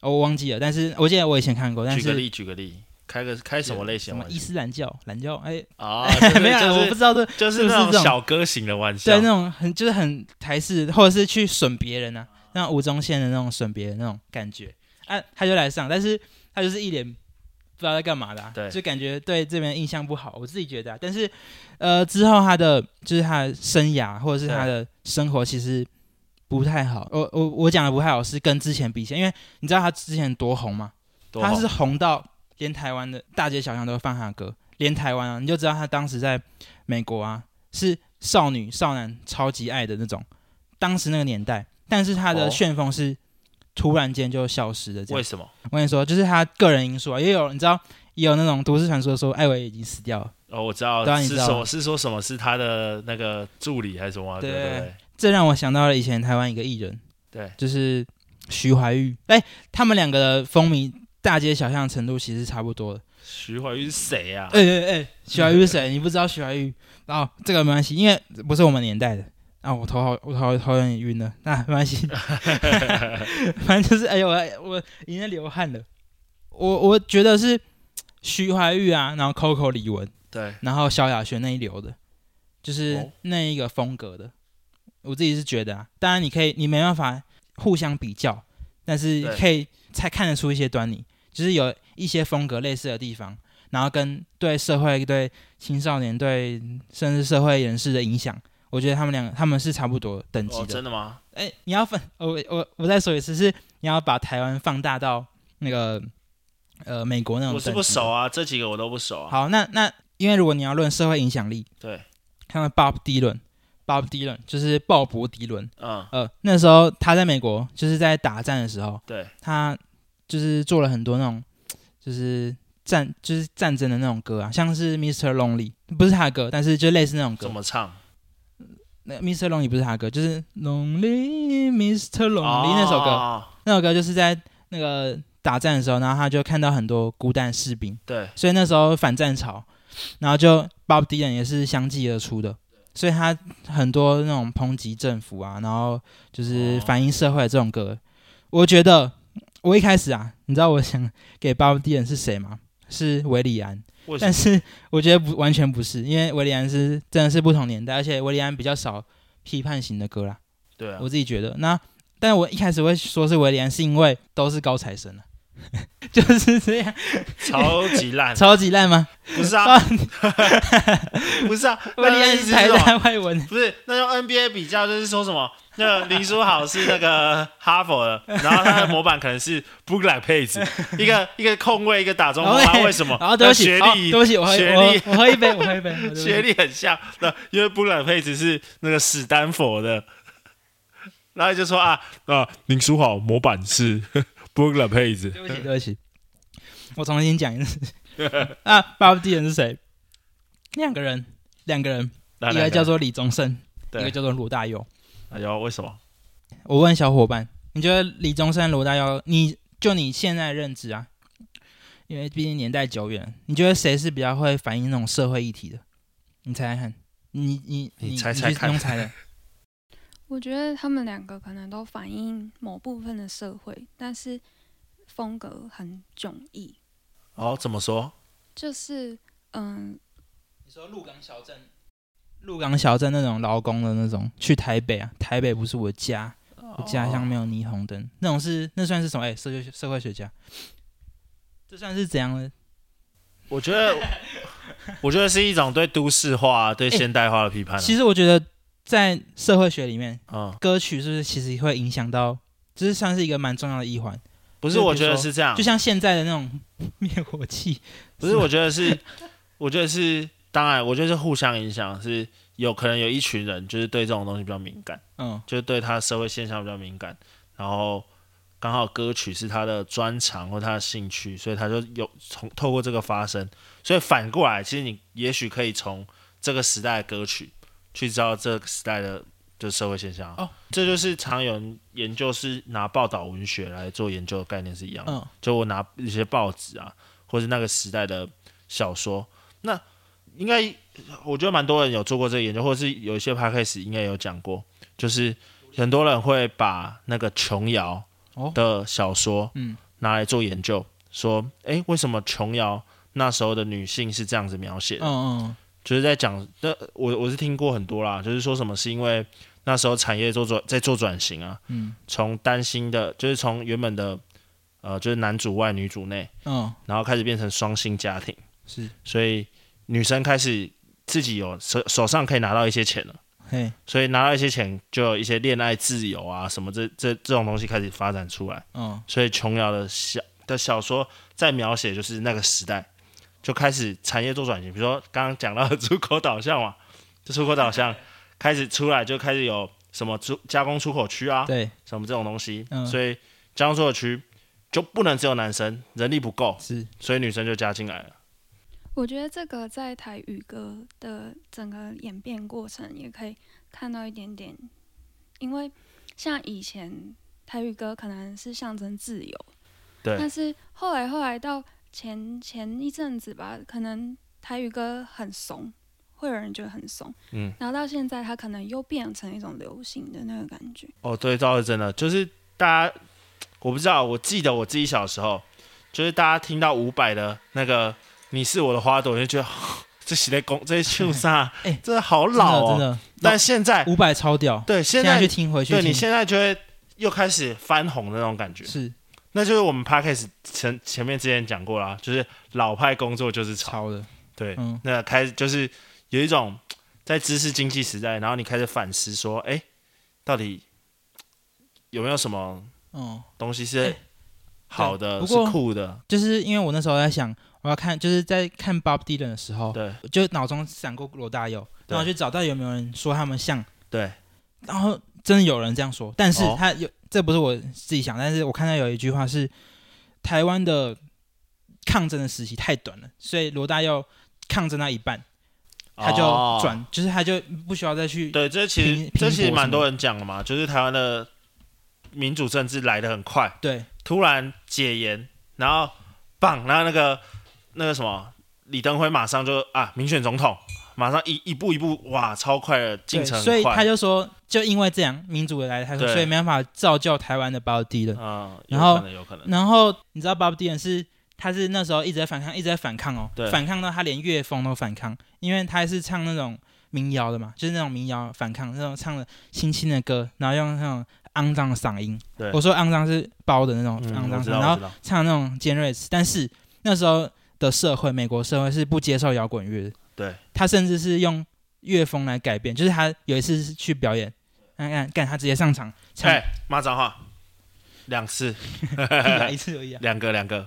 [SPEAKER 1] 哦我忘记了，但是我记得我以前看过，但
[SPEAKER 2] 举个
[SPEAKER 1] 是
[SPEAKER 2] 例，举个例。开个开什么类型
[SPEAKER 1] 什
[SPEAKER 2] 的
[SPEAKER 1] 么
[SPEAKER 2] 玩
[SPEAKER 1] 伊
[SPEAKER 2] 笑
[SPEAKER 1] 斯兰教、懒教，哎，
[SPEAKER 2] 啊？就是
[SPEAKER 1] 没有啊，我不知道这
[SPEAKER 2] 就是是
[SPEAKER 1] 不是
[SPEAKER 2] 那
[SPEAKER 1] 这
[SPEAKER 2] 种
[SPEAKER 1] 种
[SPEAKER 2] 小哥型的玩笑
[SPEAKER 1] 对，那种很就是很台式，或者是去损别人啊，那种吴宗宪的那种损别人那种感觉啊，他就来上，但是他就是一脸不知道在干嘛的、啊，
[SPEAKER 2] 对
[SPEAKER 1] 就感觉对这边印象不好，我自己觉得、啊。但是呃，之后他的就是他的生涯或者是他的生活其实不太好，我我我讲的不太好是跟之前比起来，因为你知道他之前多红吗？
[SPEAKER 2] 多
[SPEAKER 1] 他
[SPEAKER 2] 好
[SPEAKER 1] 是红到连台湾的大街小巷都会放他的歌，连台湾啊，你就知道他当时在美国啊是少女少男超级爱的那种，当时那个年代，但是他
[SPEAKER 2] 哦
[SPEAKER 1] 的旋风是突然间就消失的这
[SPEAKER 2] 为
[SPEAKER 1] 样。
[SPEAKER 2] 什么
[SPEAKER 1] 我跟你说，就是他个人因素啊，也有你知道。也有那种都市传说说艾薇已经死掉了，
[SPEAKER 2] 哦，我知道
[SPEAKER 1] 对啊你
[SPEAKER 2] 是
[SPEAKER 1] 知道
[SPEAKER 2] 什么是说什么是他的那个助理还是什么啊？对
[SPEAKER 1] 对
[SPEAKER 2] 对对
[SPEAKER 1] 这让我想到了以前台湾一个艺人，
[SPEAKER 2] 对，
[SPEAKER 1] 就是徐怀钰。哎、他们两个的风靡大街小巷程度其实差不多的，
[SPEAKER 2] 徐怀钰是谁啊呀？
[SPEAKER 1] 哎哎哎，许怀玉是谁？你不知道许怀玉？哦，这个没关系，因为不是我们年代的。啊，我头好，我头头有点晕了。那、没关系，反正就是，哎呦，我我已经在流汗了。我我觉得是徐怀钰啊，然后 Coco 李玟，
[SPEAKER 2] 对，
[SPEAKER 1] 然后萧亚轩那一流的，就是
[SPEAKER 2] 哦
[SPEAKER 1] 那一个风格的。我自己是觉得啊，当然你可以，你没办法互相比较，但是
[SPEAKER 2] 对
[SPEAKER 1] 可以才看得出一些端倪，就是有一些风格类似的地方，然后跟对社会、对青少年、对甚至社会人士的影响，我觉得他们两个他们是差不多等级
[SPEAKER 2] 哦，
[SPEAKER 1] 的
[SPEAKER 2] 真。的吗？
[SPEAKER 1] 哎、你要分，我我我再说一次，是你要把台湾放大到那个呃美国那种等
[SPEAKER 2] 我
[SPEAKER 1] 级
[SPEAKER 2] 是
[SPEAKER 1] 的。
[SPEAKER 2] 不熟啊，这几个我都不熟啊。
[SPEAKER 1] 好，那那因为如果你要论社会影响力，
[SPEAKER 2] 对，
[SPEAKER 1] 看到 Bob Dylan，Bob Dylan 就是鲍勃迪伦。
[SPEAKER 2] 嗯，
[SPEAKER 1] 呃，那时候他在美国，就是在打战的时候，
[SPEAKER 2] 对，
[SPEAKER 1] 他就是做了很多那种，就是战就是战争的那种歌啊，像是 Mr. Lonely，不是他的歌，但是就类似那种
[SPEAKER 2] 怎
[SPEAKER 1] 歌。
[SPEAKER 2] 么唱？
[SPEAKER 1] 那 Mr. Lonely 不是他的歌，就是 Lonely Mr.
[SPEAKER 2] 哦
[SPEAKER 1] Lonely 那首歌，那首歌就是在那个打战的时候，然后他就看到很多孤单士兵，
[SPEAKER 2] 对，
[SPEAKER 1] 所以那时候反战潮，然后就 Bob Dylan 也是相继而出的，所以他很多那种抨击政府啊，然后
[SPEAKER 2] 哦
[SPEAKER 1] 就是反映社会的这种歌，我觉得我一开始啊，你知道我想给 Bob Dylan 是谁吗？是韦礼安，
[SPEAKER 2] 为什
[SPEAKER 1] 但
[SPEAKER 2] 么？
[SPEAKER 1] 是我觉得不完全不是，因为韦礼安是真的是不同年代，而且韦礼安比较少批判型的歌啦，
[SPEAKER 2] 对啊
[SPEAKER 1] 我，自己觉得。那但我一开始会说是韦礼安，是因为都是高材生啊， 就是这样，
[SPEAKER 2] 超级 烂，
[SPEAKER 1] 超级烂吗？
[SPEAKER 2] 不 是啊，不是啊，
[SPEAKER 1] 我
[SPEAKER 2] 那
[SPEAKER 1] 连
[SPEAKER 2] 意思是
[SPEAKER 1] 台
[SPEAKER 2] 什么？
[SPEAKER 1] 大外文，
[SPEAKER 2] 不是，那用 NBA 比较就是说什么？那林书豪是那个哈佛的，然后他的模板可能是布莱佩兹， 一个一个控卫，一个打中锋，
[SPEAKER 1] 哦
[SPEAKER 2] 他
[SPEAKER 1] 对
[SPEAKER 2] 为什么？
[SPEAKER 1] 然后对不起，
[SPEAKER 2] 学
[SPEAKER 1] 哦
[SPEAKER 2] 历
[SPEAKER 1] 对不起，我喝
[SPEAKER 2] 学
[SPEAKER 1] 我
[SPEAKER 2] 历
[SPEAKER 1] 我喝一杯，我喝一 杯，我对不起
[SPEAKER 2] 学历很像，那因为布莱佩兹是那个史丹佛的， 然后就说啊，那林书豪模板是 布莱佩兹，
[SPEAKER 1] 对不起，对不起，我重新讲一次 啊，Bob Dylan 是谁？两个人，两个人，
[SPEAKER 2] 那
[SPEAKER 1] 一
[SPEAKER 2] 那
[SPEAKER 1] 个叫做李宗盛，一个
[SPEAKER 2] 对，
[SPEAKER 1] 叫做罗大佑。
[SPEAKER 2] 哎呦，为什么？
[SPEAKER 1] 我问小伙伴，你觉得李宗盛、罗大佑，你就你现在认知啊，因为毕竟年代久远，你觉得谁是比较会反映那种社会议题的？你猜猜看，你你
[SPEAKER 2] 你
[SPEAKER 1] 你
[SPEAKER 2] 猜猜
[SPEAKER 1] 你去
[SPEAKER 2] 看
[SPEAKER 1] 用猜的，
[SPEAKER 3] 我觉得他们两个可能都反映某部分的社会，但是风格很迥异。
[SPEAKER 2] 哦，怎么说？
[SPEAKER 3] 就是嗯，
[SPEAKER 1] 你说鹿港小镇，鹿港小镇那种劳工的那种，去台北啊，台北不是我家，我哦
[SPEAKER 2] 哦
[SPEAKER 1] 家乡没有霓虹灯，那种是那算是什么？哎、社会社会学家，这算是怎样的？
[SPEAKER 2] 我觉得，我觉得是一种对都市化、对
[SPEAKER 1] 哎
[SPEAKER 2] 现代化的批判啊、
[SPEAKER 1] 其实我觉得在社会学里面，
[SPEAKER 2] 嗯，
[SPEAKER 1] 歌曲是不是其实会影响到，就是算是一个蛮重要的一环，
[SPEAKER 2] 不是，
[SPEAKER 1] 就比如
[SPEAKER 2] 我觉得是这样
[SPEAKER 1] 就，像现在的那种 灭火器，
[SPEAKER 2] 不是，我觉得是， 我觉得是，当然，我觉得是互相影响，是有可能有一群人就是对这种东西比较敏感，
[SPEAKER 1] 嗯，
[SPEAKER 2] 就是对他社会现象比较敏感，然后刚好歌曲是他的专长或他的兴趣，所以他就有从透过这个发声，所以反过来，其实你也许可以从这个时代的歌曲去知道这个时代的。就社会现象啊
[SPEAKER 1] 哦
[SPEAKER 2] 这就是常有人研究是拿报道文学来做研究的概念是一样的。
[SPEAKER 1] 嗯，
[SPEAKER 2] 就我拿一些报纸啊，或是那个时代的小说，那应该我觉得蛮多人有做过这个研究，或者是有一些 p a c a s e 应该有讲过，就是很多人会把那个琼瑶
[SPEAKER 1] 哦
[SPEAKER 2] 的小说
[SPEAKER 1] 嗯
[SPEAKER 2] 拿来做研究，说诶，为什么琼瑶那时候的女性是这样子描写的，
[SPEAKER 1] 嗯嗯，
[SPEAKER 2] 就是在讲，那我我是听过很多啦，就是说什么是因为那时候产业做转在做转型啊，
[SPEAKER 1] 嗯，
[SPEAKER 2] 从担心的，就是从原本的呃就是男主外女主内，
[SPEAKER 1] 嗯，
[SPEAKER 2] 然后开始变成双薪家庭，
[SPEAKER 1] 是，
[SPEAKER 2] 所以女生开始自己有手手上可以拿到一些钱了。
[SPEAKER 1] 嘿，
[SPEAKER 2] 所以拿到一些钱，就有一些恋爱自由啊，什么这这这种东西开始发展出来。
[SPEAKER 1] 嗯
[SPEAKER 2] 所以琼瑶的小的小说在描写就是那个时代，就开始产业做转型，比如说刚刚讲到的出口导向嘛，就出口 导向开始出来，就开始有什么出加工出口区啊，
[SPEAKER 1] 对，
[SPEAKER 2] 什么这种东西，
[SPEAKER 1] 嗯
[SPEAKER 2] 所以加工出口区就不能只有男生，人力不够，
[SPEAKER 1] 是，
[SPEAKER 2] 所以女生就加进来了。
[SPEAKER 3] 我觉得这个在台语歌的整个演变过程也可以看到一点点，因为像以前台语歌可能是象征自由，
[SPEAKER 2] 对
[SPEAKER 3] 但是后来后来到前前一阵子吧，可能台语歌很怂，会有人觉得很怂，
[SPEAKER 2] 嗯，
[SPEAKER 3] 然后到现在它可能又变成一种流行的那个感觉，
[SPEAKER 2] 哦，对，倒是真的，就是大家，我不知道，我记得我自己小时候，就是大家听到伍佰的那个《你是我的花朵》，就觉得、 哦这是在公，这是秀啥？
[SPEAKER 1] 哎
[SPEAKER 2] 这好
[SPEAKER 1] 真的真
[SPEAKER 2] 老哦。
[SPEAKER 1] 的，
[SPEAKER 2] 但现在，
[SPEAKER 1] 五百超屌，
[SPEAKER 2] 对，现
[SPEAKER 1] 在
[SPEAKER 2] 在
[SPEAKER 1] 去听回去
[SPEAKER 2] 对
[SPEAKER 1] 听，
[SPEAKER 2] 你现在就会又开始翻红的那种感觉，
[SPEAKER 1] 是
[SPEAKER 2] 那就是我们 podcast 前前面之前讲过啦，就是老派工作就是炒，
[SPEAKER 1] 超的，
[SPEAKER 2] 对，
[SPEAKER 1] 嗯
[SPEAKER 2] 那开始就是有一种在知识经济时代，然后你开始反思说，哎，到底有没有什么
[SPEAKER 1] 嗯，
[SPEAKER 2] 东西是好的，
[SPEAKER 1] 不过
[SPEAKER 2] 是酷的，
[SPEAKER 1] 就是因为我那时候在想，我要看就是在看 Bob Dylan 的时候，
[SPEAKER 2] 对
[SPEAKER 1] 就脑中闪过罗大佑，然后
[SPEAKER 2] 对
[SPEAKER 1] 去找到有没有人说他们像，
[SPEAKER 2] 对，
[SPEAKER 1] 然后真的有人这样说，但是
[SPEAKER 2] 哦
[SPEAKER 1] 他有、这不是我自己想，但是我看到有一句话是台湾的抗争的时期太短了，所以罗大佑抗争到一半他就
[SPEAKER 2] 哦
[SPEAKER 1] 转，就是他就不需要再去
[SPEAKER 2] 对，这其
[SPEAKER 1] 拼
[SPEAKER 2] 实
[SPEAKER 1] 拼搏
[SPEAKER 2] 这其实
[SPEAKER 1] 什么
[SPEAKER 2] 蛮多人讲的嘛，就是台湾的民主政治来得很快，
[SPEAKER 1] 对
[SPEAKER 2] 突然解严，然后棒，然后那个那个什么李登辉马上就啊民选总统，马上一一步一步哇超快的进
[SPEAKER 1] 对，
[SPEAKER 2] 程
[SPEAKER 1] 所
[SPEAKER 2] 很
[SPEAKER 1] 以他
[SPEAKER 2] 快，
[SPEAKER 1] 就说，就因为这样民主的来，他说，
[SPEAKER 2] 对
[SPEAKER 1] 所以没办法造就台湾的 Bob Dylan。
[SPEAKER 2] 嗯，有
[SPEAKER 1] 然后
[SPEAKER 2] 可能有可能，
[SPEAKER 1] 然后你知道 Bob Dylan 是他是那时候一直在反抗，一直在反抗哦
[SPEAKER 2] 对，
[SPEAKER 1] 反抗到他连乐风都反抗，因为他是唱那种民谣的嘛，就是那种民谣反抗，那种唱的轻轻的歌，然后用那种肮脏的嗓音
[SPEAKER 2] 对。
[SPEAKER 1] 我说肮脏是包的那种
[SPEAKER 2] 嗯
[SPEAKER 1] 肮
[SPEAKER 2] 我
[SPEAKER 1] 脏
[SPEAKER 2] 知
[SPEAKER 1] 嗓，
[SPEAKER 2] 道
[SPEAKER 1] 然
[SPEAKER 2] 我
[SPEAKER 1] 后
[SPEAKER 2] 知道，
[SPEAKER 1] 唱那种尖锐词，但是那时候的社会，美国社会是不接受摇滚乐的。
[SPEAKER 2] 对，
[SPEAKER 1] 他甚至是用乐风来改变，就是他有一次是去表演，看看干，他直接上场唱
[SPEAKER 2] 哎骂脏话两次，
[SPEAKER 1] 来一次而已啊，
[SPEAKER 2] 两个两个，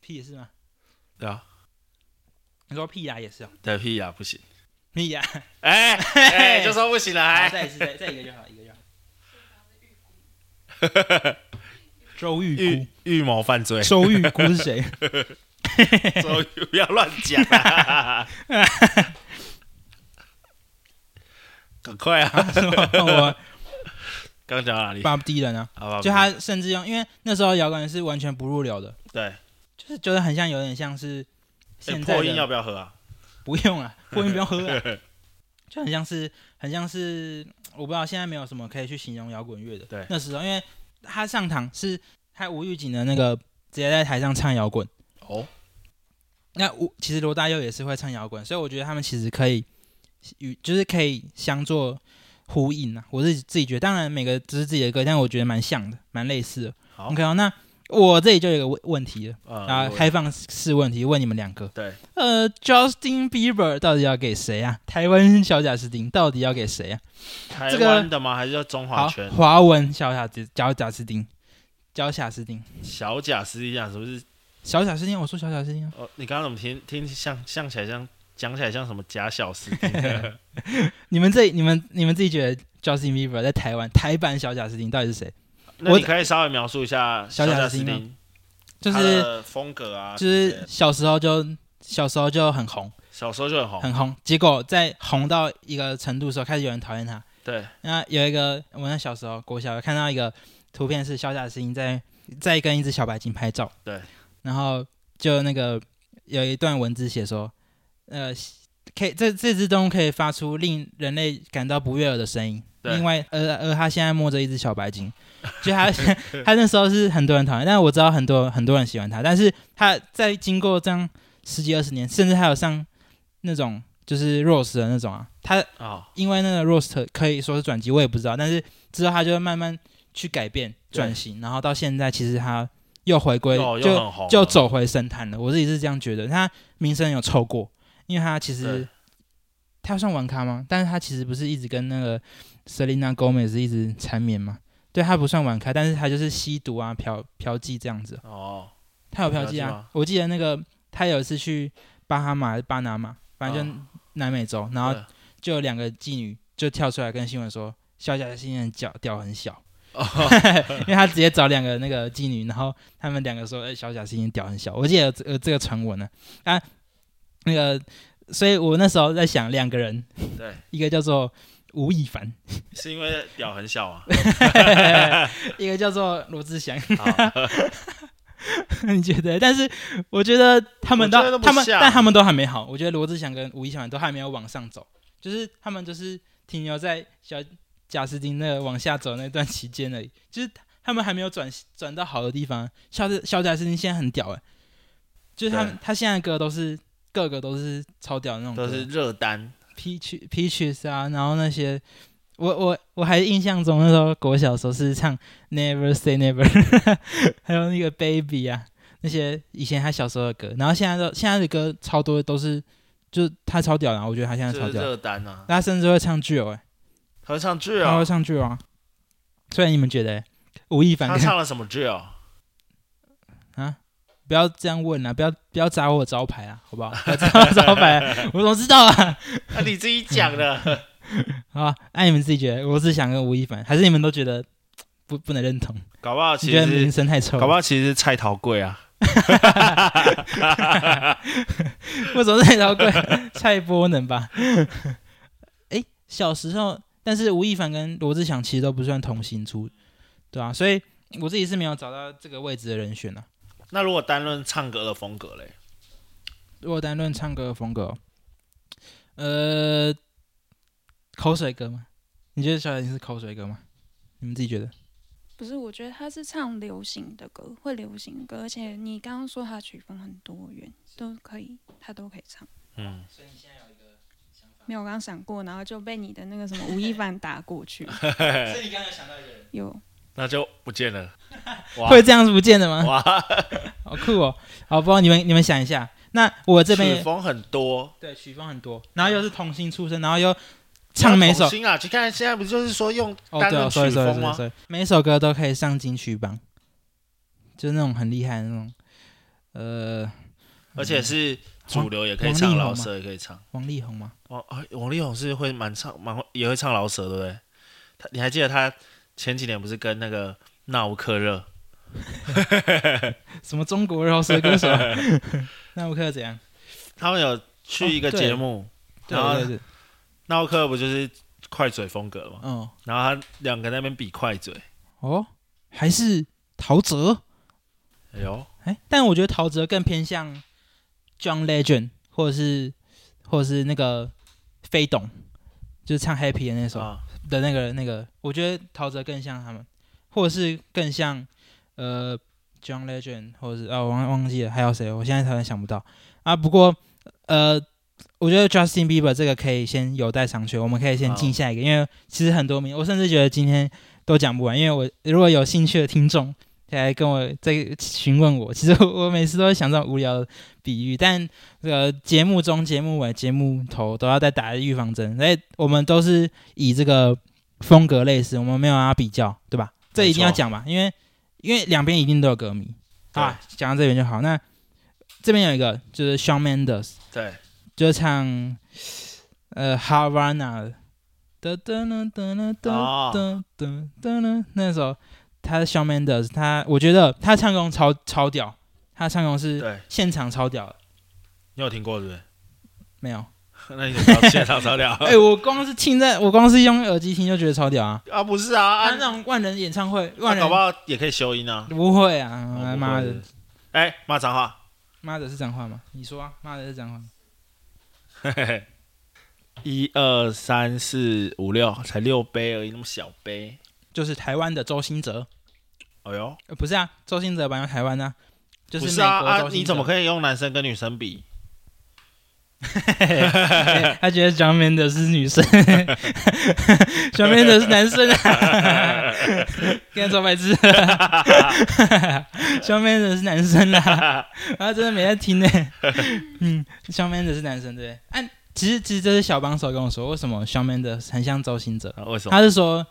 [SPEAKER 1] 屁也是吗？
[SPEAKER 2] 对啊，
[SPEAKER 1] 你说屁呀也是哦，
[SPEAKER 2] 对屁啊呀、不行，
[SPEAKER 1] 屁 呀，
[SPEAKER 2] 哎、哎、就说不行了，哎
[SPEAKER 1] 好，再一次，再再一个就好，一个就好。 周玉
[SPEAKER 2] 预
[SPEAKER 1] 姑，，
[SPEAKER 2] 预谋犯 罪
[SPEAKER 1] 周玉姑是 谁？
[SPEAKER 2] 所以不要乱讲、啊， 赶快啊！
[SPEAKER 1] 啊，是吗？ 我
[SPEAKER 2] 刚讲到哪里？
[SPEAKER 1] Bob Dylan 啊，
[SPEAKER 2] 好吧，
[SPEAKER 1] 就他甚至用，因为那时候摇滚是完全不入流的，
[SPEAKER 2] 对，
[SPEAKER 1] 就是觉得很像，有点像是
[SPEAKER 2] 哎
[SPEAKER 1] 现在
[SPEAKER 2] 破音
[SPEAKER 1] 的
[SPEAKER 2] 要不要喝啊？
[SPEAKER 1] 不用啊，破音不用 喝、啊，就很像是很像是我不知道现在没有什么可以去形容摇滚乐的。
[SPEAKER 2] 对
[SPEAKER 1] 那时候因为他上场是他吴玉景的那个直接在台上唱摇滚，
[SPEAKER 2] 哦，
[SPEAKER 1] 那吴其实罗大佑也是会唱摇滚，所以我觉得他们其实可以与就是可以相作呼应啊。我是自己觉得，当然每个只是自己的歌，但我觉得蛮像的，蛮类似的。
[SPEAKER 2] 好
[SPEAKER 1] OK，、哦、那我这里就有一个问问题了。
[SPEAKER 2] 呃
[SPEAKER 1] 啊，
[SPEAKER 2] 我
[SPEAKER 1] 开放式问题问你们两个，
[SPEAKER 2] 对，
[SPEAKER 1] 呃，Justin Bieber 到底要给谁啊？台湾小贾斯汀到底要给谁啊？
[SPEAKER 2] 台
[SPEAKER 1] 这个
[SPEAKER 2] 湾的吗？还是叫中华
[SPEAKER 1] 好
[SPEAKER 2] 圈，？
[SPEAKER 1] 华文小贾斯小贾斯汀，小贾斯汀，
[SPEAKER 2] 小贾斯汀讲是不是？
[SPEAKER 1] 小贾斯汀，我说小贾斯汀啊，
[SPEAKER 2] 哦，你刚刚怎么听听像像起来像讲起来像什么假小斯汀？
[SPEAKER 1] 你们这你们你们自己觉得 Justin Bieber 在台湾台版小贾斯汀到底是谁？
[SPEAKER 2] 那
[SPEAKER 1] 我
[SPEAKER 2] 你可以稍微描述一下
[SPEAKER 1] 小贾
[SPEAKER 2] 贾
[SPEAKER 1] 斯
[SPEAKER 2] 斯
[SPEAKER 1] 汀吗
[SPEAKER 2] 汀
[SPEAKER 1] 就
[SPEAKER 2] 他
[SPEAKER 1] 是
[SPEAKER 2] 的风格啊，
[SPEAKER 1] 就
[SPEAKER 2] 什么之类
[SPEAKER 1] 是
[SPEAKER 2] 的
[SPEAKER 1] 小时候就小时候就很红
[SPEAKER 2] 小时候就很红，
[SPEAKER 1] 很红，结果在红到一个程度的时候，开始有人讨厌他，
[SPEAKER 2] 对，
[SPEAKER 1] 那有一个，我那小时候国小有看到一个图片，是小贾斯汀在在跟一只小白鲸拍照。
[SPEAKER 2] 对。
[SPEAKER 1] 然后就那个有一段文字写说，呃，可以这这只动物可以发出令人类感到不悦耳的声音。
[SPEAKER 2] 对
[SPEAKER 1] 另外，呃呃，它现在摸着一只小白鲸，就 它它那时候是很多人讨厌，但我知道很多很多人喜欢它，但是它在经过这样十几二十年，甚至还有上那种就是 Rose 的那种啊，他
[SPEAKER 2] 哦，
[SPEAKER 1] 因为那个 roast 可以说是转机，我也不知道，但是之后他就会慢慢去改变
[SPEAKER 2] 对
[SPEAKER 1] 转型，然后到现在其实他又回归，
[SPEAKER 2] 哦又又
[SPEAKER 1] 就
[SPEAKER 2] 很红了，啊
[SPEAKER 1] 就走回神坛了。我自己是这样觉得，他名声有臭过，因为他其实
[SPEAKER 2] 对
[SPEAKER 1] 他算玩咖吗？但是他其实不是一直跟那个 Selena Gomez 一直缠绵嘛？对他不算玩咖，但是他就是吸毒啊、嫖嫖妓这样子。啊
[SPEAKER 2] 哦，
[SPEAKER 1] 他有嫖妓
[SPEAKER 2] 有嫖妓
[SPEAKER 1] 啊
[SPEAKER 2] 吗！
[SPEAKER 1] 我记得那个他有一次去巴哈马、巴拿马，反正就南美洲，然后
[SPEAKER 2] 啊对
[SPEAKER 1] 就有两个妓女就跳出来跟新闻说，肖佳欣的脚屌很小，
[SPEAKER 2] 哦
[SPEAKER 1] 因为他直接找两个那个妓女，然后他们两个说，哎、小贾欣屌很小。我记得有这有这个传闻呢，啊，那个，所以我那时候在想，两个人，
[SPEAKER 2] 对，
[SPEAKER 1] 一个叫做吴亦凡，
[SPEAKER 2] 是因为屌很小啊，
[SPEAKER 1] 一个叫做罗志祥，
[SPEAKER 2] 好
[SPEAKER 1] 你觉得？但是我觉得他们
[SPEAKER 2] 我觉得
[SPEAKER 1] 都
[SPEAKER 2] 都不
[SPEAKER 1] 他们，
[SPEAKER 2] 像
[SPEAKER 1] 但他们都还没好。我觉得罗志祥跟吴亦凡都还没有往上走，就是他们就是停留在小贾斯汀那个往下走那段期间而已，就是他们还没有转转到好的地方。小小贾斯汀现在很屌哎、就是他们
[SPEAKER 2] 对
[SPEAKER 1] 他现在的歌都是个个都是超屌的那种歌，
[SPEAKER 2] 都是热单，
[SPEAKER 1] Peach Peaches 啊，然后那些。我我我还印象中那时候国小的时候是唱 Never Say Never，还 有那个 Baby 啊，那些以前他小时候的歌，然后现在都现在的歌超多都是，就他超屌啊啦，我觉得他现在
[SPEAKER 2] 就
[SPEAKER 1] 超
[SPEAKER 2] 是
[SPEAKER 1] 屌，
[SPEAKER 2] 热单啊，
[SPEAKER 1] 他甚至会唱剧哦、欸，
[SPEAKER 2] 合唱剧
[SPEAKER 1] 他
[SPEAKER 2] 哦
[SPEAKER 1] 会，唱剧哦、所以你们觉得、欸、吴亦凡
[SPEAKER 2] 他
[SPEAKER 1] 跟
[SPEAKER 2] 唱了什么剧哦？
[SPEAKER 1] 啊， 不要这样问啊，不要不要砸我的招牌啊，好不好？不要砸我的招牌啊、我怎么知道啊？
[SPEAKER 2] 那你自己讲的，
[SPEAKER 1] 好啊，那、你们自己觉得罗志祥跟吴亦凡，还是你们都觉得不不能认同？
[SPEAKER 2] 搞不好
[SPEAKER 1] 你
[SPEAKER 2] 其
[SPEAKER 1] 觉得名
[SPEAKER 2] 实
[SPEAKER 1] 声太臭
[SPEAKER 2] 搞不
[SPEAKER 1] 了？
[SPEAKER 2] 好其实是蔡桃贵啊，
[SPEAKER 1] 为什么太高贵？ 蔡波能吧？哎、小时候，但是吴亦凡跟罗志祥其实都不算同行出，对啊，所以我自己是没有找到这个位置的人选啊。
[SPEAKER 2] 那如果单论唱歌的风格嘞，
[SPEAKER 1] 如果单论唱歌的风格哦、呃，口水歌吗？你觉得小眼睛是口水歌吗？你们自己觉得？
[SPEAKER 3] 不是，我觉得他是唱流行的歌，会流行歌，而且你刚刚说他曲风很多元，都可以，他都可以唱。
[SPEAKER 2] 嗯，
[SPEAKER 3] 没有，我刚刚想过，然后就被你的那个什么吴亦凡打过 去。
[SPEAKER 2] 呃
[SPEAKER 1] 所以你刚刚想到一个人，
[SPEAKER 3] 有，
[SPEAKER 2] 那就不见了，哇
[SPEAKER 1] 会这样子不见的吗？
[SPEAKER 2] 哇，
[SPEAKER 1] 好酷哦！好，不知道你们你们想一下，那我这边也
[SPEAKER 2] 曲风很多，
[SPEAKER 1] 对，曲风很多，然后又是童星出身，然后又唱每首
[SPEAKER 2] 童星啊，就看现在不就是说用
[SPEAKER 1] 哦，
[SPEAKER 2] 单
[SPEAKER 1] 对
[SPEAKER 2] 论
[SPEAKER 1] 哦，
[SPEAKER 2] 曲
[SPEAKER 1] 所以所以
[SPEAKER 2] 风
[SPEAKER 1] 所以
[SPEAKER 2] 吗？
[SPEAKER 1] 所以每首歌都可以上金曲榜，就是那种很厉害的那种。呃，
[SPEAKER 2] 而且是主流也可以
[SPEAKER 1] 王
[SPEAKER 2] 唱，
[SPEAKER 1] 王力宏
[SPEAKER 2] 老
[SPEAKER 1] 吗
[SPEAKER 2] 舍也可以唱。
[SPEAKER 1] 王力宏吗？
[SPEAKER 2] 王啊王力宏是会蛮唱蛮会也会唱老舍，对不对？他你还记得他前几年不是跟那个纳吾克热
[SPEAKER 1] 什么中国饶舌歌手？啊 那我可以怎样？
[SPEAKER 2] 他们有去一个
[SPEAKER 1] 哦对
[SPEAKER 2] 节目，
[SPEAKER 1] 对
[SPEAKER 2] 然后
[SPEAKER 1] 对对，
[SPEAKER 2] 纳吾克热不就是快嘴风格嘛？
[SPEAKER 1] 嗯，
[SPEAKER 2] 然后他两个在那边比快嘴，
[SPEAKER 1] 哦，还是陶喆？
[SPEAKER 2] 哎呦，
[SPEAKER 1] 哎，但我觉得陶喆更偏向 John Legend 或者是或者是那个飞董，就是唱 Happy 的那首。
[SPEAKER 2] 啊，
[SPEAKER 1] 的那个那个，我觉得陶喆更像他们，或者是更像呃 John Legend，或者是啊、我忘忘记了还有谁，我现在突然想不到啊。不过呃，我觉得 Justin Bieber 这个可以先有待商榷，我们可以先进
[SPEAKER 2] 好
[SPEAKER 1] 下一个，因为其实很多名，我甚至觉得今天都讲不完，因为我如果有兴趣的听众。来跟我在询问我，其实我我每次都会想这种无聊的比喻，但这个节目中、节目尾、节目头都要再打预防针。哎，我们都是以这个风格类似，我们没有要比较，对吧？这一定要讲吧，因为因为两边一定都有歌迷啊。讲到这边就好。那这边有一个就是 Shawn Mendes，
[SPEAKER 2] 对，
[SPEAKER 1] 就是唱呃 Havana 的噔噔噔噔
[SPEAKER 2] 啊哦
[SPEAKER 1] 噔噔噔噔噔那首，他是 Shawn Mendes，他我觉得他唱功超超屌，他唱功是
[SPEAKER 2] 对
[SPEAKER 1] 现场超屌的，
[SPEAKER 2] 你有听过对不对？
[SPEAKER 1] 没有。
[SPEAKER 2] 那你怎么知道现场超屌？
[SPEAKER 1] 哎、我光是听在，我光是用耳机听就觉得超屌啊！
[SPEAKER 2] 啊，不是
[SPEAKER 1] 他、
[SPEAKER 2] 啊，啊
[SPEAKER 1] 啊、那种万人演唱会，
[SPEAKER 2] 那
[SPEAKER 1] 万人
[SPEAKER 2] 搞不好也可以修音啊。
[SPEAKER 1] 不会啊！
[SPEAKER 2] 哦
[SPEAKER 1] 啊
[SPEAKER 2] 不
[SPEAKER 1] 妈、
[SPEAKER 2] 会
[SPEAKER 1] 的，
[SPEAKER 2] 哎，骂脏话。
[SPEAKER 1] 妈的是脏话吗？你说啊，妈的是脏话吗。
[SPEAKER 2] 嘿嘿嘿， 一二三四五六，才六杯而已，那么小杯。
[SPEAKER 1] 就是台湾的周兴哲，
[SPEAKER 2] 哎呦，
[SPEAKER 1] 呃，不是啊，周兴哲版有台湾啊，就
[SPEAKER 2] 不
[SPEAKER 1] 美
[SPEAKER 2] 啊
[SPEAKER 1] 国
[SPEAKER 2] 啊
[SPEAKER 1] 周！兴哲。
[SPEAKER 2] 你怎么可以用男生跟女生比？
[SPEAKER 1] 他觉得 John Mendes 是女生 ，John Mendes 是男生啊， 跟他说白痴 ，John Mendes 是男生啦，他真的没在听呢、嗯，John Mendes 是男生对，啊，其实其实这是小帮手跟我说，为什么 John Mendes 很像周星哲，
[SPEAKER 2] 啊为什么？
[SPEAKER 1] 他是说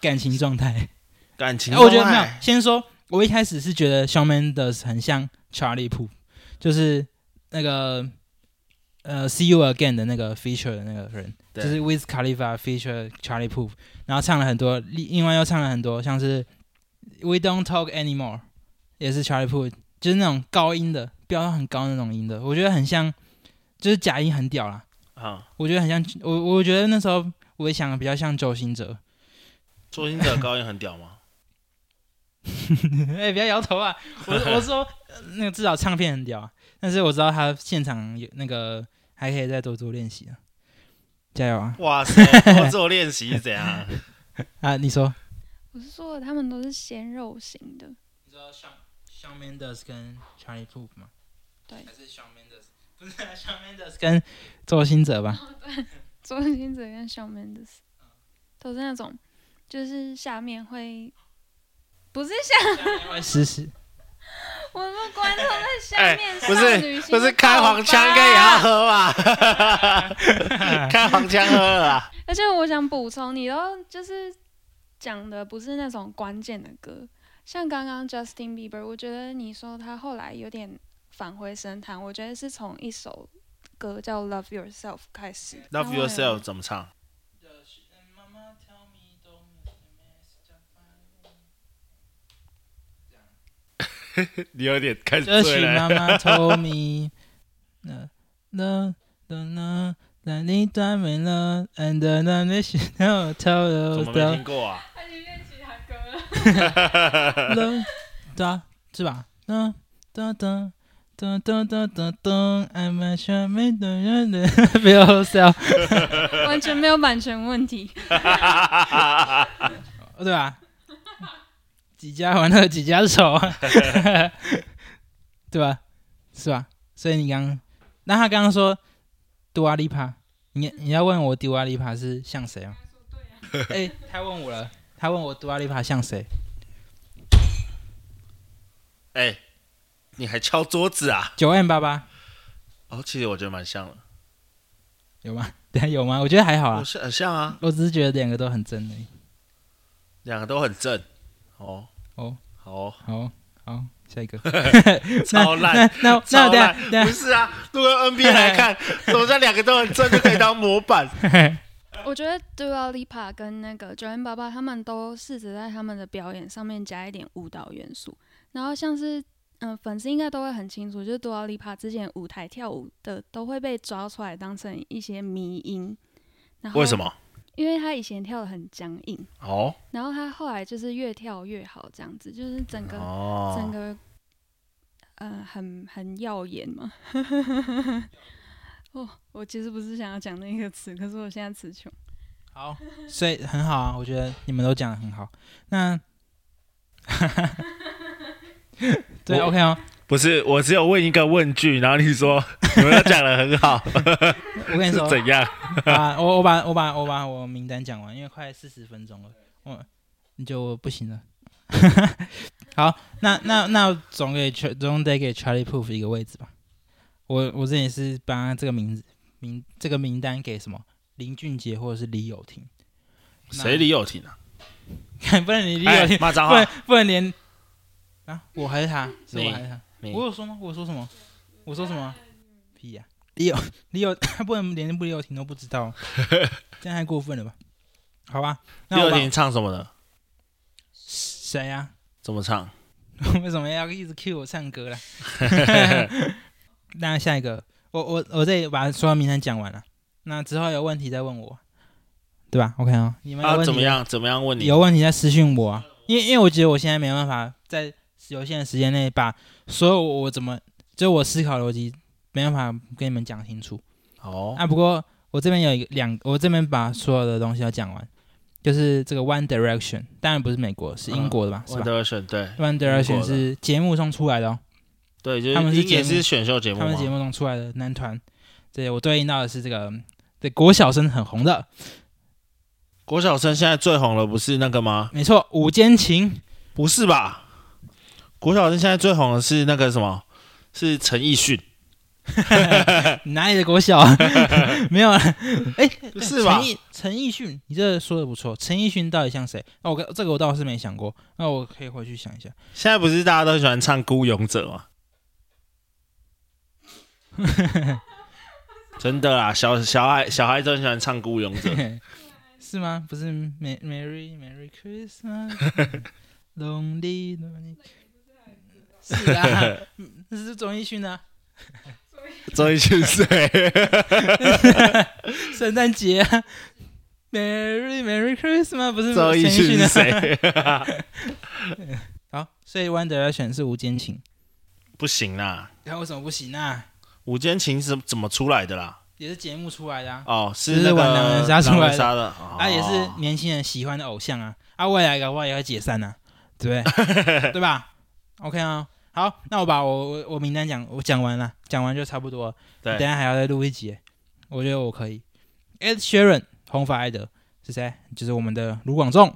[SPEAKER 1] 感情状态，
[SPEAKER 2] 感情
[SPEAKER 1] 哎
[SPEAKER 2] 中
[SPEAKER 1] 我觉得没有
[SPEAKER 2] 爱，
[SPEAKER 1] 先说，我一开始是觉得 Shawn Mendes 很像 Charlie Puth，就是那个呃 See You Again 的那个 feature 的那个人，就
[SPEAKER 2] 对
[SPEAKER 1] 是 Wiz Khalifa feature Charlie Puth，然后唱了很多，另另外又唱了很多像是 We Don't Talk Anymore，也是 Charlie Puth，就是那种高音的，飙到很高那种音的，我觉得很像，就是假音很屌啦，
[SPEAKER 2] 啊，
[SPEAKER 1] 我觉得很像，我我觉得那时候我想的比较像周兴哲，
[SPEAKER 2] 周星哲高音很屌吗？
[SPEAKER 1] 哎、不要摇头啊！我我说呃那个至少唱片很屌啊，但是我知道他现场有那个还可以再多多练习啊，加油啊！
[SPEAKER 2] 哇塞，多做练习是怎 样？
[SPEAKER 1] 啊，你说
[SPEAKER 3] 我是说他们都是鲜肉型的，
[SPEAKER 1] 你知道像像 Mendes 跟 Charlie Puth 吗？
[SPEAKER 3] 对
[SPEAKER 1] 还是像 Mendes 不是啊像 Mendes 跟 周星哲吧？
[SPEAKER 3] 周星哲跟小 Mendes
[SPEAKER 2] 嗯
[SPEAKER 3] 都是那种，就是下面会，不是下，
[SPEAKER 1] 实时
[SPEAKER 3] 我们观众在下
[SPEAKER 2] 哎
[SPEAKER 3] 面、
[SPEAKER 2] 不
[SPEAKER 3] 少
[SPEAKER 2] 是
[SPEAKER 3] 女
[SPEAKER 2] 不
[SPEAKER 3] 心
[SPEAKER 2] 是
[SPEAKER 3] 的
[SPEAKER 2] 开黄腔跟也要
[SPEAKER 3] 爆发
[SPEAKER 2] 喝 吧？开黄腔喝啊了啦，
[SPEAKER 3] 而且我想补充，你都就是讲的不是那种关键的歌，像刚刚 Justin Bieber，我觉得你说他后来有点返回神坛，我觉得是从一首歌叫《Love Yourself》开始。
[SPEAKER 2] Love
[SPEAKER 3] 然后
[SPEAKER 2] yourself 怎么唱？你有点开 始
[SPEAKER 1] 就是
[SPEAKER 2] 醉
[SPEAKER 1] 妈
[SPEAKER 2] 了。
[SPEAKER 1] 妈 told me，那那那那那你断没了，and then I s h o u tell
[SPEAKER 2] 怎么
[SPEAKER 1] you
[SPEAKER 2] 没听过 啊？
[SPEAKER 3] 他已经练其他歌 了。
[SPEAKER 1] 噔，对啊，是吧？噔噔噔噔噔噔噔噔，I'm a s h a m a d e 不要笑，
[SPEAKER 3] 完全没有版权问题。
[SPEAKER 1] 对吧？几家欢乐几家愁啊， 对吧？是吧？所以你刚，那他刚刚说杜阿丽帕，你你要问我杜阿丽帕是像谁啊？哎、他问我了，他问我杜阿丽帕像谁？
[SPEAKER 2] 哎，你还敲桌子啊？
[SPEAKER 1] 九 M 八八
[SPEAKER 2] 哦，其实我觉得蛮像的，
[SPEAKER 1] 有吗？ 等下有吗？我觉得还好
[SPEAKER 2] 我
[SPEAKER 1] 啊，
[SPEAKER 2] 是很像啊，
[SPEAKER 1] 我只是觉得两个都很真的。
[SPEAKER 2] 两个都很正。哦
[SPEAKER 1] 哦
[SPEAKER 2] 好哦，
[SPEAKER 1] 好好，下 一个。
[SPEAKER 2] 超烂。
[SPEAKER 1] 那那
[SPEAKER 2] 超
[SPEAKER 1] 那等下
[SPEAKER 2] 烂
[SPEAKER 1] 等
[SPEAKER 2] 不是啊，如果用 NBA 来看，怎么这两个都很正就可以当模板？
[SPEAKER 1] 下，
[SPEAKER 3] 我觉得 Dua Lipa 跟那个 j o a n b a b a 他们都试着在他们的表演上面加一点舞蹈元素，然后像是。嗯，粉丝应该都会很清楚，就是 Dua Lipa 之前舞台跳舞的都会被抓出来当成一些迷音，然后
[SPEAKER 2] 为什？么？
[SPEAKER 3] 因为他以前跳的很僵硬，
[SPEAKER 2] 哦
[SPEAKER 3] 然后他后来就是越跳越好，这样子，就是整个、整
[SPEAKER 2] 哦，
[SPEAKER 3] 个，呃，很很耀眼嘛。 哦，我其实不是想要讲那个词，可是我现在词穷。
[SPEAKER 1] 好，所以很好啊，我觉得你们都讲的很好。那， 对
[SPEAKER 2] 我
[SPEAKER 1] ，OK 哦，
[SPEAKER 2] 不是，我只有问一个问句，然后你说 你们都讲的很 好，
[SPEAKER 1] 我跟你说
[SPEAKER 2] 是，怎样？
[SPEAKER 1] 啊，我我把我把我把我名单讲完，因为快四十分钟了，我你就我不行了。 好，那那那总给 Char- 总得给 Charlie Puth 一个位置吧。我我这也是把这个名字名这个名单给什么林俊杰或者是李友廷，
[SPEAKER 2] 谁李友廷啊？
[SPEAKER 1] 不然你李
[SPEAKER 2] 哎
[SPEAKER 1] 友廷，
[SPEAKER 2] 骂脏
[SPEAKER 1] 不
[SPEAKER 2] 话
[SPEAKER 1] 然，不然连啊我还是他，是我
[SPEAKER 2] 你
[SPEAKER 1] 还是他，
[SPEAKER 2] 你
[SPEAKER 1] 我有说吗？我说什么？我说什么？屁呀、李友 李友，他不能连不李友廷都不知 道，这样太过分了吧？好吧，
[SPEAKER 2] 李
[SPEAKER 1] 那我
[SPEAKER 2] 友
[SPEAKER 1] 把
[SPEAKER 2] 廷唱什么的？
[SPEAKER 1] 谁呀、
[SPEAKER 2] 怎么唱？
[SPEAKER 1] 为什么要一直 cue 我唱歌 啦？ 那下一个，我我我这里把所有名单讲完了，那之后有问题再问我，对吧？OK 哦，你们有
[SPEAKER 2] 啊，
[SPEAKER 1] 问
[SPEAKER 2] 怎
[SPEAKER 1] 题
[SPEAKER 2] 么样？怎么样？问你
[SPEAKER 1] 有问题再私信我啊，因为因为我觉得我现在没办法在有限的时间内把所有我怎么就我思考逻辑没办法跟你们讲清楚
[SPEAKER 2] 哦，
[SPEAKER 1] 啊。不过我这边有一个两，我这边把所有的东西都讲完，就是这个 One Direction，当然不是美国，是英国的吧？是
[SPEAKER 2] 万
[SPEAKER 1] 吧
[SPEAKER 2] 德尔选对
[SPEAKER 1] ？One
[SPEAKER 2] 嗯英
[SPEAKER 1] Direction
[SPEAKER 2] 国的
[SPEAKER 1] 是节目中出来的哦，
[SPEAKER 2] 对，就
[SPEAKER 1] 他们是
[SPEAKER 2] 英
[SPEAKER 1] 节
[SPEAKER 2] 也
[SPEAKER 1] 目
[SPEAKER 2] 是选秀节目
[SPEAKER 1] 他
[SPEAKER 2] 吗
[SPEAKER 1] 们节目中出来的男团，对我对应到的是这个对国小生很红的，
[SPEAKER 2] 国小生现在最红的不是那个吗？
[SPEAKER 1] 没错，《午间情
[SPEAKER 2] 不是吧？国小生现在最红的是那个什么？是陈奕迅，》
[SPEAKER 1] 哪里的国小？啊 没有，哎，
[SPEAKER 2] 是吧
[SPEAKER 1] 陈奕陈奕迅，你这说的不错。陈奕迅到底像谁？那、我这个我倒是没想过，那我可以回去想 一下。。
[SPEAKER 2] 现在不是大家都喜欢唱《孤勇者》吗？真的啦，小小孩小孩都很喜欢唱《孤勇者》
[SPEAKER 1] 是吗？不是 Merry Merry Merry Christmas Lonely Lonely，是啊，嗯这是综艺训啊，
[SPEAKER 2] 周一迅是谁？
[SPEAKER 1] 圣诞节啊，Merry Merry Christmas 不是
[SPEAKER 2] 周一
[SPEAKER 1] 迅
[SPEAKER 2] 迅是
[SPEAKER 1] 啊？
[SPEAKER 2] 谁？
[SPEAKER 1] 好，所以 Wonder 要选是无间情，
[SPEAKER 2] 不行啦，
[SPEAKER 1] 那为什么不行啊？
[SPEAKER 2] 《午间情》是怎么出来的啦？
[SPEAKER 1] 也是节目出来的啊，
[SPEAKER 2] 哦，
[SPEAKER 1] 就是
[SPEAKER 2] 那个
[SPEAKER 1] 玩狼人杀出来的
[SPEAKER 2] 狼人杀的，哦
[SPEAKER 1] 啊也是年轻人喜欢的偶像啊，啊未来搞不好也会解散啊，对不 对？对吧？OK 啊，好，那我把我我我名单讲我讲完了，讲完就差不多了。
[SPEAKER 2] 对
[SPEAKER 1] 等一下还要再录一集，我觉得我可以。Ed Sheeran 红发艾德是谁？就是我们的卢广仲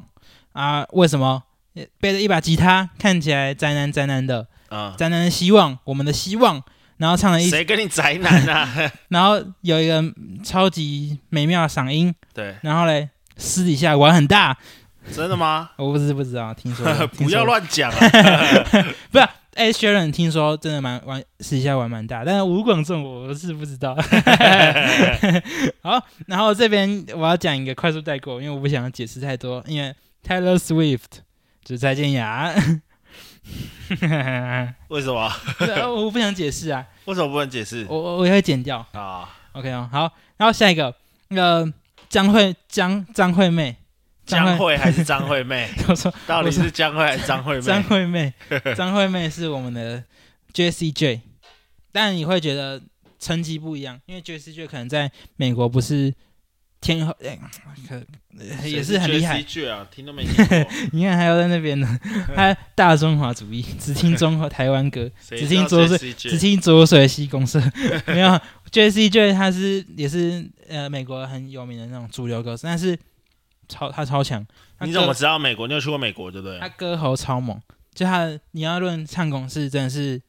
[SPEAKER 1] 啊。为什么呃背着一把吉他，看起来宅男宅男的，
[SPEAKER 2] 嗯，
[SPEAKER 1] 宅男的希望，我们的希望，然后唱了一，
[SPEAKER 2] 谁跟你宅男啊？
[SPEAKER 1] 然后有一个嗯超级美妙的嗓音，
[SPEAKER 2] 对，
[SPEAKER 1] 然后嘞私底下玩很大，
[SPEAKER 2] 真的吗？
[SPEAKER 1] 我不是不知道，听说的
[SPEAKER 2] 不
[SPEAKER 1] 听
[SPEAKER 2] 要。
[SPEAKER 1] 说的
[SPEAKER 2] 乱讲啊！
[SPEAKER 1] Ed Sheeran 听说真的蛮玩私底下玩蛮大，但是卢广仲我是不知 道。 好，然后这边我要讲一个快速带过，因为我不想解释太多，因为 Taylor Swift 就是蔡健雅，
[SPEAKER 2] 为什么？
[SPEAKER 1] 对啊我不想解释啊，
[SPEAKER 2] 为什么不能解释
[SPEAKER 1] 我我我也会剪掉
[SPEAKER 2] 啊？
[SPEAKER 1] ，OK 哦，好，然后下一个那个张惠张张惠妹，
[SPEAKER 2] 江
[SPEAKER 1] 惠，
[SPEAKER 2] 惠还是张惠 妹？
[SPEAKER 1] 我说
[SPEAKER 2] 到底是江惠还是张惠
[SPEAKER 1] 张
[SPEAKER 2] 妹？
[SPEAKER 1] 惠 妹，张惠妹是我们的 Jessie J，但你会觉得层级不一样，因为 Jessie J 可能在美国不是天后，哎可呃也是很厉害。
[SPEAKER 2] 句啊，听都没 听过。
[SPEAKER 1] 你看，还有在那边 呢，他大中华主义，只听中华台湾歌，
[SPEAKER 2] 谁
[SPEAKER 1] 只
[SPEAKER 2] 知
[SPEAKER 1] 听
[SPEAKER 2] 道
[SPEAKER 1] 左水，
[SPEAKER 2] JCJ
[SPEAKER 1] 只听左水西公 社。没有 Jessie J，他是也是呃美国很有名的那种主流歌手，但是超他超强。他
[SPEAKER 2] 你
[SPEAKER 1] 歌
[SPEAKER 2] 怎么知道美国？你有去过美国对不对
[SPEAKER 1] 他？歌喉超猛，就他的你要论唱功是真的是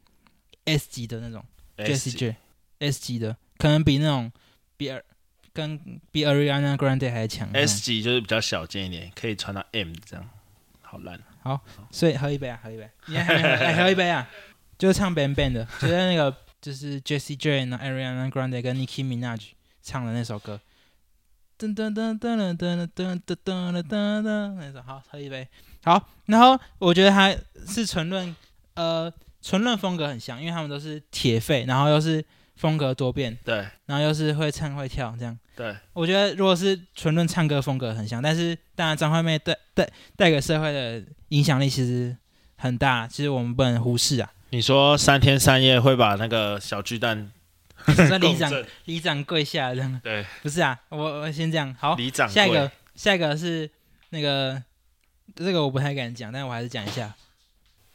[SPEAKER 1] S 级的那种 j
[SPEAKER 2] S
[SPEAKER 1] C J S 级的，可能比那种比尔跟比 Ariana Grande 还强。
[SPEAKER 2] S 级就是比较小件一点，可以穿到 M 这样，好烂。
[SPEAKER 1] 所以喝一杯啊，喝一杯，你还没喝，来喝一杯啊！ 就是唱 Bang Bang 的，就是那个就是 j e s s e J 然后 Ariana Grande 跟 Nicki Minaj 唱的那首歌。噔噔噔噔噔噔噔噔噔噔噔，那首好，喝一杯。好，然后我觉得他是纯论呃纯论风格很像，因为他们都是铁肺，然后又是风格多变，
[SPEAKER 2] 对
[SPEAKER 1] 然后又是会唱会跳这样。
[SPEAKER 2] 对，
[SPEAKER 1] 我觉得如果是纯论唱歌风格很像，但是当然张惠妹带带带给社会的影响力其实很大，其实我们不能忽视 啊。
[SPEAKER 2] 你说三天三夜会把那个小巨蛋
[SPEAKER 1] 说里
[SPEAKER 2] 共
[SPEAKER 1] 长
[SPEAKER 2] 振？
[SPEAKER 1] 里长跪下这样，
[SPEAKER 2] 对，
[SPEAKER 1] 不是啊，我我先这样好。
[SPEAKER 2] 里长
[SPEAKER 1] 哦下一
[SPEAKER 2] 贵
[SPEAKER 1] 个下一个是那个这个我不太敢讲，但我还是讲一下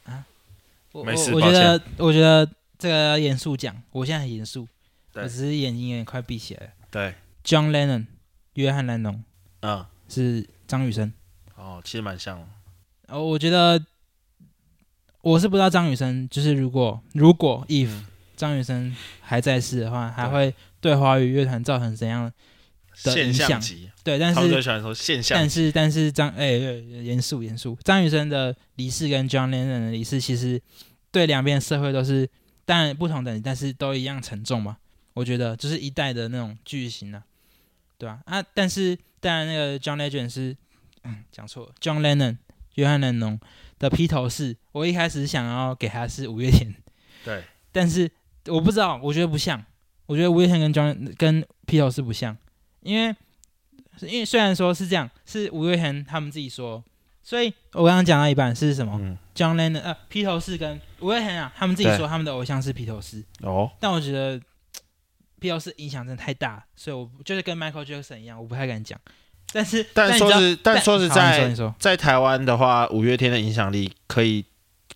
[SPEAKER 1] 啊。我
[SPEAKER 2] 没事
[SPEAKER 1] 我我觉得我觉得这个严肃讲，我现在很严肃，
[SPEAKER 2] 对
[SPEAKER 1] 我只是眼睛有点快闭起来了。
[SPEAKER 2] 对，
[SPEAKER 1] John Lennon，约翰兰农
[SPEAKER 2] 嗯，
[SPEAKER 1] 是张雨生。
[SPEAKER 2] 哦，其实蛮像的。
[SPEAKER 1] 呃，我觉得我是不知道张雨生，就是如果如果 if
[SPEAKER 2] 嗯
[SPEAKER 1] 张雨生还在世的话，还
[SPEAKER 2] 对
[SPEAKER 1] 会对华语乐团造成怎样的的
[SPEAKER 2] 现
[SPEAKER 1] 影响
[SPEAKER 2] 象级，
[SPEAKER 1] 对？但
[SPEAKER 2] 他们最
[SPEAKER 1] 是
[SPEAKER 2] 喜欢说现象
[SPEAKER 1] 但是但是张哎、对严肃严肃，张雨生的离世跟 John Lennon 的离世，其实对两边社会都是当然不同等级，但是都一样沉重嘛。我觉得就是一代的那种巨星啊，对吧、啊？但是当然那个 John Legend 是，嗯，讲错了，John Lennon 约翰兰农的披头士，我一开始想要给他是五月天，
[SPEAKER 2] 对，
[SPEAKER 1] 但是我不知道，我觉得不像，我觉得五月天跟 John 跟披头士不像，因为因为虽然说是这样，是五月天他们自己说，所以我刚刚讲到一半是什么、
[SPEAKER 2] 嗯，
[SPEAKER 1] j o h n Lennon 呃披头士跟五月天啊，他们自己
[SPEAKER 2] 对
[SPEAKER 1] 说他们的偶像是披头士，
[SPEAKER 2] 哦，
[SPEAKER 1] 但我觉得披头士影响真的太大，所以我就是跟 Michael Jackson 一样，我不太敢讲，但是
[SPEAKER 2] 但
[SPEAKER 1] 你
[SPEAKER 2] 说
[SPEAKER 1] 知道
[SPEAKER 2] 是，但说是
[SPEAKER 1] 好你说
[SPEAKER 2] 在
[SPEAKER 1] 你说
[SPEAKER 2] 在台湾的话，五月天的影响力可以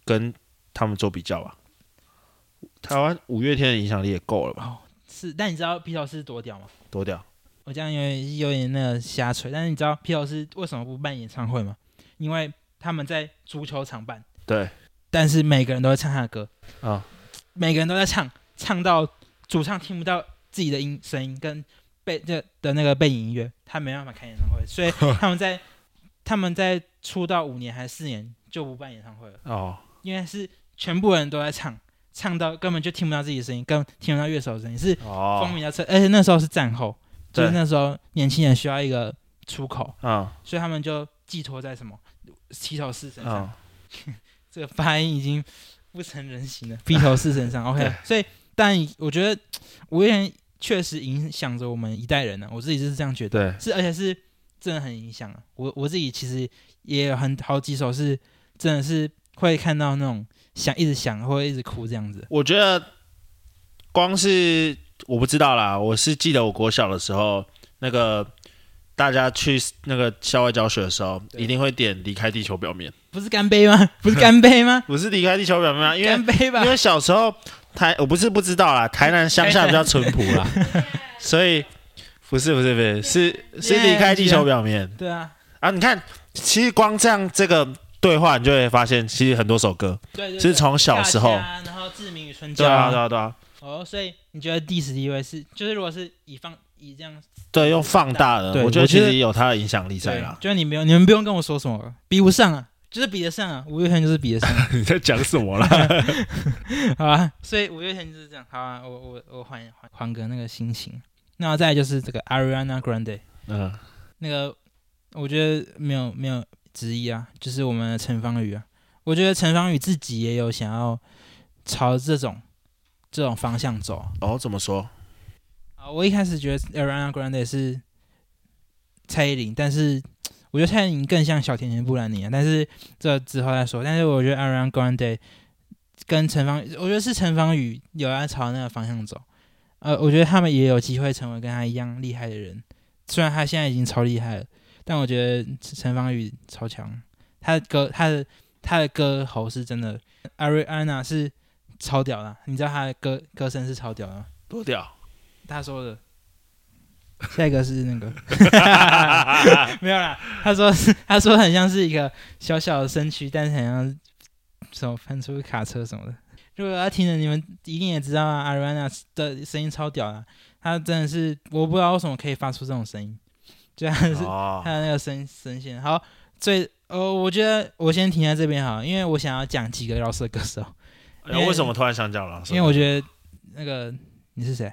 [SPEAKER 2] 跟他们做比较吧。台湾五月天的影响力也够了吧？
[SPEAKER 1] 哦是，但你知道披头士多屌吗？
[SPEAKER 2] 多屌！
[SPEAKER 1] 我这样有点有点那个瞎吹，但是你知道披头士为什么不办演唱会吗？因为他们在足球场办，
[SPEAKER 2] 对
[SPEAKER 1] 但是每个人都在唱他的歌，
[SPEAKER 2] 啊，
[SPEAKER 1] 每个人都在唱，唱到主唱听不到自己的音声音跟背这的那个背景音乐，他没办法开演唱会，所以他们在他们在出道五年还是四年就不办演唱会了，
[SPEAKER 2] 哦，
[SPEAKER 1] 因为是全部人都在唱，唱到根本就听不到自己的声音，根本听不到乐手的声音，是风
[SPEAKER 2] 哦，
[SPEAKER 1] 靡到彻，而且那时候是战后，就是
[SPEAKER 2] 对
[SPEAKER 1] 那时候年轻人需要一个出口，
[SPEAKER 2] 嗯
[SPEAKER 1] 所以他们就寄托在什么披头士身上。
[SPEAKER 2] 嗯，
[SPEAKER 1] 这个发音已经不成人形 了，披头士身上 OK。所以，但我觉得无言确实影响着我们一代人啊呢、我自己是这样觉得，
[SPEAKER 2] 对，
[SPEAKER 1] 是而且是真的很影响啊。我我自己其实也有很好几首是真的是会看到那种想一直想或者一直哭这样子。
[SPEAKER 2] 我觉得光是我不知道啦，我是记得我国小的时候，那个大家去那个校外教学的时候，
[SPEAKER 1] 对
[SPEAKER 2] 一定会点离开地球表面，
[SPEAKER 1] 不是干杯吗？ 不是干杯吗？
[SPEAKER 2] 不是离开地球表面啊，因为
[SPEAKER 1] 干杯吧
[SPEAKER 2] 因！ 为小时候台我不是不知道啦，台南乡下比较淳朴 啦，所以不是不是不是是是离开地球表面
[SPEAKER 1] 对啊，
[SPEAKER 2] 啊！你看，其实光这样这个对话，你就会发现，其实很多首歌
[SPEAKER 1] 对对对
[SPEAKER 2] 是从小时候
[SPEAKER 1] 大，家然后志明与春娇
[SPEAKER 2] 对啊对啊对啊，
[SPEAKER 1] 哦，所以你觉得第十地位是，就是如果是以放以这样，
[SPEAKER 2] 对啊用放大的，
[SPEAKER 1] 对
[SPEAKER 2] 我觉得
[SPEAKER 1] 我
[SPEAKER 2] 其
[SPEAKER 1] 觉得
[SPEAKER 2] 实也有它的影响力在
[SPEAKER 1] 对
[SPEAKER 2] 啦，。
[SPEAKER 1] 就是你不用你们不用跟我说什么了，比不上啊，就是比得上啊，五月天就是比得上 啊，
[SPEAKER 2] 你在讲什么啦？
[SPEAKER 1] 好啊，所以五月天就是这样，好啊，我我我缓缓缓个那个心情，那再来就是这个 Ariana Grande，
[SPEAKER 2] 嗯，
[SPEAKER 1] 那个我觉得没有没有质疑啊，就是我们的陈芳宇啊，我觉得陈芳宇自己也有想要朝这种这种方向走啊，
[SPEAKER 2] 哦，怎么说？
[SPEAKER 1] 啊，我一开始觉得 Ariana Grande 是蔡依林，但是我觉得蔡依林更像小甜甜布兰妮啊。但是这之后再说。但是我觉得 Ariana Grande 跟陈芳，我觉得是陈芳宇有要朝那个方向走。呃，我觉得他们也有机会成为跟他一样厉害的人，虽然他现在已经超厉害了，但我觉得陈芳宇超强，他的歌，他的他的歌喉是真的，Ariana 是超屌的啊，你知道他的歌歌声是超屌的吗？
[SPEAKER 2] 多屌！
[SPEAKER 1] 他说的。下一个是那 个，没有啦。他说是，他说很像是一个小小的身躯，但是很像什么翻出卡车什么的。如果要听的，你们一定也知道啊，Ariana 的声音超屌啦。他真的是，我不知道为什么可以发出这种声音，就他是
[SPEAKER 2] 哦
[SPEAKER 1] 他，的那个声声线。好，最呃，我觉得我先停在这边好了，因为我想要讲几个饶舌歌手，
[SPEAKER 2] 哎为什么突然想讲了？
[SPEAKER 1] 因为我觉得那个你是谁？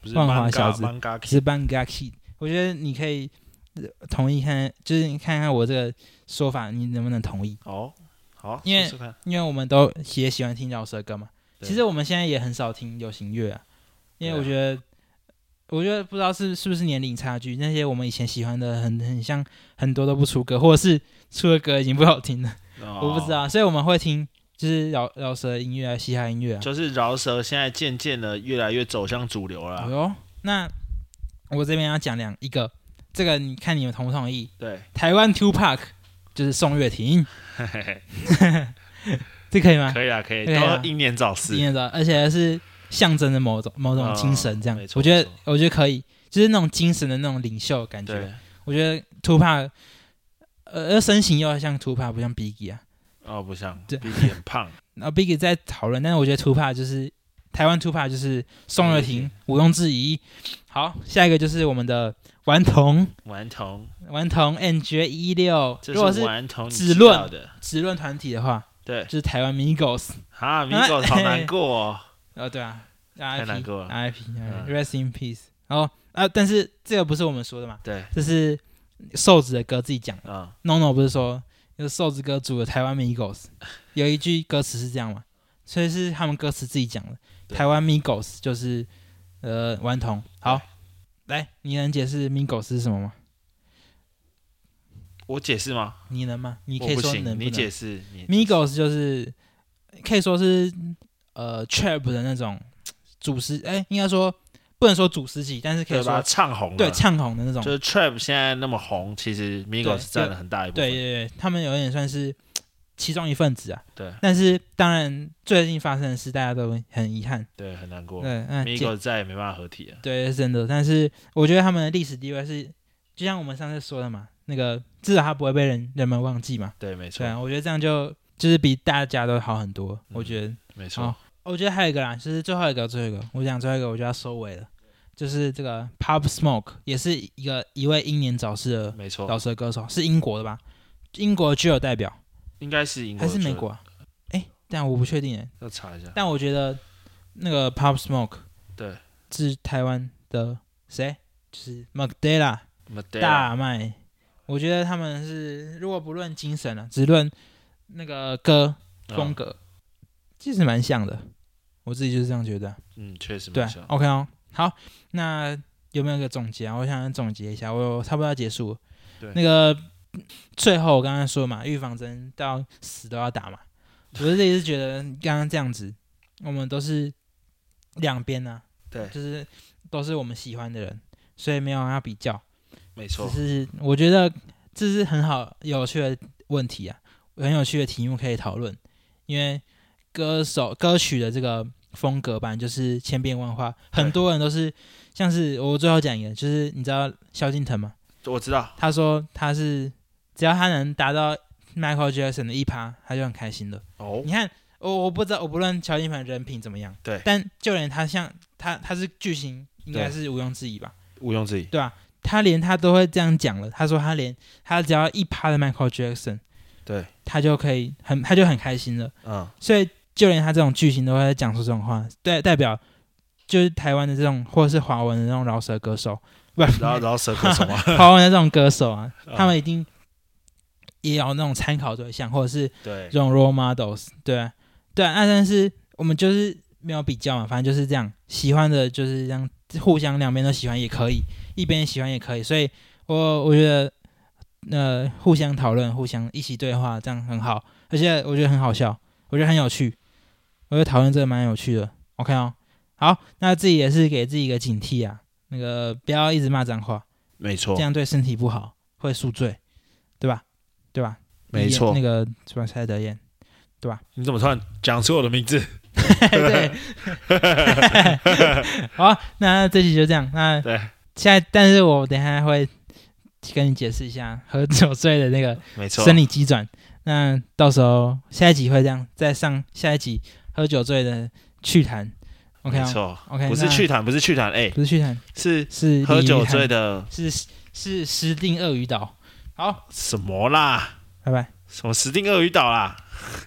[SPEAKER 2] 不是
[SPEAKER 1] 万华
[SPEAKER 2] manga-
[SPEAKER 1] 小子
[SPEAKER 2] manga kid
[SPEAKER 1] 是 b a n g a k i 我觉得你可以呃同意看，就是你看看我这个说法，你能不能同意？
[SPEAKER 2] 哦，好，
[SPEAKER 1] 因为
[SPEAKER 2] 试试看
[SPEAKER 1] 因为我们都也喜欢听饶舌歌嘛。
[SPEAKER 2] 对
[SPEAKER 1] 其实我们现在也很少听流行乐啊，因为我
[SPEAKER 2] 对
[SPEAKER 1] 觉
[SPEAKER 2] 啊
[SPEAKER 1] 得，我觉得不知道是是不是年龄差距，那些我们以前喜欢的很很像很多都不出歌，或者是出的歌已经不好听了， 我不知，
[SPEAKER 2] 哦
[SPEAKER 1] 道，啊所以我们会听就是饶饶舌音乐啊、嘻哈音乐啊。
[SPEAKER 2] 就是饶舌现在渐渐的越来越走向主流了
[SPEAKER 1] 哎
[SPEAKER 2] 啊。
[SPEAKER 1] 呦，那我这边要讲两一个，这个你看你们同不同意？
[SPEAKER 2] 对，
[SPEAKER 1] 台湾 Two Park 就是宋岳庭，
[SPEAKER 2] 嘿嘿嘿
[SPEAKER 1] 这可以吗？
[SPEAKER 2] 可以啊，可以，
[SPEAKER 1] 对啊
[SPEAKER 2] 都英年早逝
[SPEAKER 1] 你。也知道，而且是象征着某种某种精神，这样、
[SPEAKER 2] 哦没错
[SPEAKER 1] 我觉得
[SPEAKER 2] 没错
[SPEAKER 1] 我觉得可以，就是那种精神的那种领袖感觉。
[SPEAKER 2] 对，
[SPEAKER 1] 我觉得 Two Park，呃，而身形又像 Two Park，不像 Biggie 啊。
[SPEAKER 2] 哦，不像，
[SPEAKER 1] 对
[SPEAKER 2] 比你很胖，
[SPEAKER 1] 然后 Biggie 在讨论，但是我觉得 Two Park 就是台湾 Two Park 就是宋岳庭，毋庸置疑。好，下一个就是我们的顽童，
[SPEAKER 2] 顽童，
[SPEAKER 1] 顽童 N J 一六，
[SPEAKER 2] 这
[SPEAKER 1] 如果是
[SPEAKER 2] 顽童
[SPEAKER 1] 子论
[SPEAKER 2] 你知道的，
[SPEAKER 1] 直论团体的话，
[SPEAKER 2] 对
[SPEAKER 1] 就，是台湾 Migos。
[SPEAKER 2] 啊，米 狗好难过哦，
[SPEAKER 1] 哦，对啊
[SPEAKER 2] 太
[SPEAKER 1] ，RIP，
[SPEAKER 2] 难过了
[SPEAKER 1] RIP，
[SPEAKER 2] 嗯
[SPEAKER 1] 哎 Rest in Peace。然后啊，但是这个不是我们说的嘛，
[SPEAKER 2] 对，
[SPEAKER 1] 这是瘦子的歌自己讲的。
[SPEAKER 2] 嗯，
[SPEAKER 1] NONO 不是说，就是瘦子哥组的台湾 Migos，有一句歌词是这样嘛，所以是他们歌词自己讲的。
[SPEAKER 2] 对
[SPEAKER 1] 台湾 Migos 就是呃顽童。 好，来，你能解释 Migos 是什么吗？
[SPEAKER 2] 我解释吗？
[SPEAKER 1] 你能吗？你
[SPEAKER 2] 你
[SPEAKER 1] 可以
[SPEAKER 2] 不
[SPEAKER 1] 说
[SPEAKER 2] 行
[SPEAKER 1] 能不，能
[SPEAKER 2] 你解释，你
[SPEAKER 1] Migos 就是可以说是呃 trap 的那种祖师，哎、应该说不能说祖师级，但是可
[SPEAKER 2] 对
[SPEAKER 1] 以
[SPEAKER 2] 吧？
[SPEAKER 1] 说
[SPEAKER 2] 唱红了，
[SPEAKER 1] 对唱红的那种
[SPEAKER 2] 就。是 trap 现在那么红，其实米狗
[SPEAKER 1] 对
[SPEAKER 2] 是占了很大一部
[SPEAKER 1] 对对
[SPEAKER 2] 分，
[SPEAKER 1] 对，他们有点算是其中一份子啊。
[SPEAKER 2] 对
[SPEAKER 1] 但是当然，最近发生的事大家都很遗憾。
[SPEAKER 2] 对，很难过。
[SPEAKER 1] 对，那
[SPEAKER 2] m i g o 再也没办法合体了。
[SPEAKER 1] 对，是真的。但是我觉得他们的历史地位是，就像我们上次说的嘛，那个至少他不会被人人们忘记嘛。
[SPEAKER 2] 对，没错嗯
[SPEAKER 1] 对，啊，我觉得这样就就是比大家都好很多。我觉得，
[SPEAKER 2] 没错
[SPEAKER 1] 好。哦我觉得还有一个啦，就是最后一个，最后一个，我讲最后一个，我就要收尾了。就是这个 Pop Smoke 也是一个一位英年早逝的
[SPEAKER 2] 没错，
[SPEAKER 1] 饶舌歌手，是英国的吧？英国具有代表
[SPEAKER 2] 应该是英国
[SPEAKER 1] 还是美
[SPEAKER 2] 我觉
[SPEAKER 1] 国啊？哎，但我不确定哎。
[SPEAKER 2] 得要查一下。
[SPEAKER 1] 但我觉得那个 Pop Smoke
[SPEAKER 2] 对，
[SPEAKER 1] 是台湾的谁？就是 Magdala
[SPEAKER 2] 大
[SPEAKER 1] 大麦。我觉得他们是如果不论精神了、啊只论那个歌
[SPEAKER 2] 嗯
[SPEAKER 1] 风
[SPEAKER 2] 啊
[SPEAKER 1] 格，其实蛮像的。我自己就是这样觉得啊。
[SPEAKER 2] 嗯，确实
[SPEAKER 1] 对
[SPEAKER 2] 没
[SPEAKER 1] 啊
[SPEAKER 2] 错。
[SPEAKER 1] ，OK 哦，好，那有没有一个总结啊？我想总结一下，我差不多要结束了。
[SPEAKER 2] 对
[SPEAKER 1] 那个最后我刚刚说嘛，预防针到死都要打 嘛。我自己是觉得刚刚这样子，我们都是两边呢、
[SPEAKER 2] 对，
[SPEAKER 1] 就是都是我们喜欢的人，所以没有要比较。
[SPEAKER 2] 没
[SPEAKER 1] 只
[SPEAKER 2] 错，
[SPEAKER 1] 是我觉得这是很好有趣的问题啊，很有趣的题目可以讨论，因为歌手歌曲的这个风格吧，就是千变万化，很多人都是像是我最后讲一个，就是你知道萧敬腾吗？
[SPEAKER 2] 我知道。
[SPEAKER 1] 他说他是只要他能达到 Michael Jackson 的一趴，他就很开心了。
[SPEAKER 2] 哦，
[SPEAKER 1] 你看，我我不知道，我不论乔金凡人品怎么样，
[SPEAKER 2] 对
[SPEAKER 1] 但就连他像他他是巨星，应该
[SPEAKER 2] 对
[SPEAKER 1] 是毋庸置疑吧。
[SPEAKER 2] 毋庸置疑。
[SPEAKER 1] 他连他都会这样讲了，他说他连他只要一趴的 Michael Jackson，
[SPEAKER 2] 对，
[SPEAKER 1] 他就可以很他就很开心了。
[SPEAKER 2] 嗯，
[SPEAKER 1] 所以就连他这种巨星都会讲出这种话，代代表就是台湾的这种或者是华文的这种饶舌歌手，不是
[SPEAKER 2] 然后然后 蛇口什么？
[SPEAKER 1] 华文的这种歌手啊，
[SPEAKER 2] 嗯
[SPEAKER 1] 他们一定也有那种参考对象，或者是
[SPEAKER 2] 对
[SPEAKER 1] 这，种 role models，对啊对啊，那但是我们就是没有比较嘛，反正就是这样，喜欢的就是这样，互相两边都喜欢也可以，一边喜欢也可以，所以我我觉得呃互相讨论，互相一起对话，这样很好，而且我觉得很好笑，我觉得很有趣，我觉得讨论这个蛮有趣的，OK 哦，好，那自己也是给自己一个警惕啊，那个不要一直骂脏话，
[SPEAKER 2] 没错
[SPEAKER 1] 这，样对身体不好，会宿醉，对吧？对吧？
[SPEAKER 2] 没错
[SPEAKER 1] 那。个什么蔡德燕。
[SPEAKER 2] 你怎么突然讲出我的名字？
[SPEAKER 1] 对，好，那这期就这样。那
[SPEAKER 2] 对，
[SPEAKER 1] 现在，但是我等一下会跟你解释一下喝酒醉的那个
[SPEAKER 2] 没错
[SPEAKER 1] 生，理机转。那到时候下一集会这样，再上下一集喝酒醉的趣谈。OK
[SPEAKER 2] 没
[SPEAKER 1] 吗
[SPEAKER 2] 错。
[SPEAKER 1] ？OK，
[SPEAKER 2] 不是
[SPEAKER 1] 那
[SPEAKER 2] 趣谈，不是趣谈，哎，
[SPEAKER 1] 不是趣谈，
[SPEAKER 2] 是
[SPEAKER 1] 是
[SPEAKER 2] 喝酒醉
[SPEAKER 1] 的，
[SPEAKER 2] 的
[SPEAKER 1] 是是石定鳄鱼岛。好，
[SPEAKER 2] 什么啦？
[SPEAKER 1] 拜拜。
[SPEAKER 2] 什么石定鳄鱼岛啦？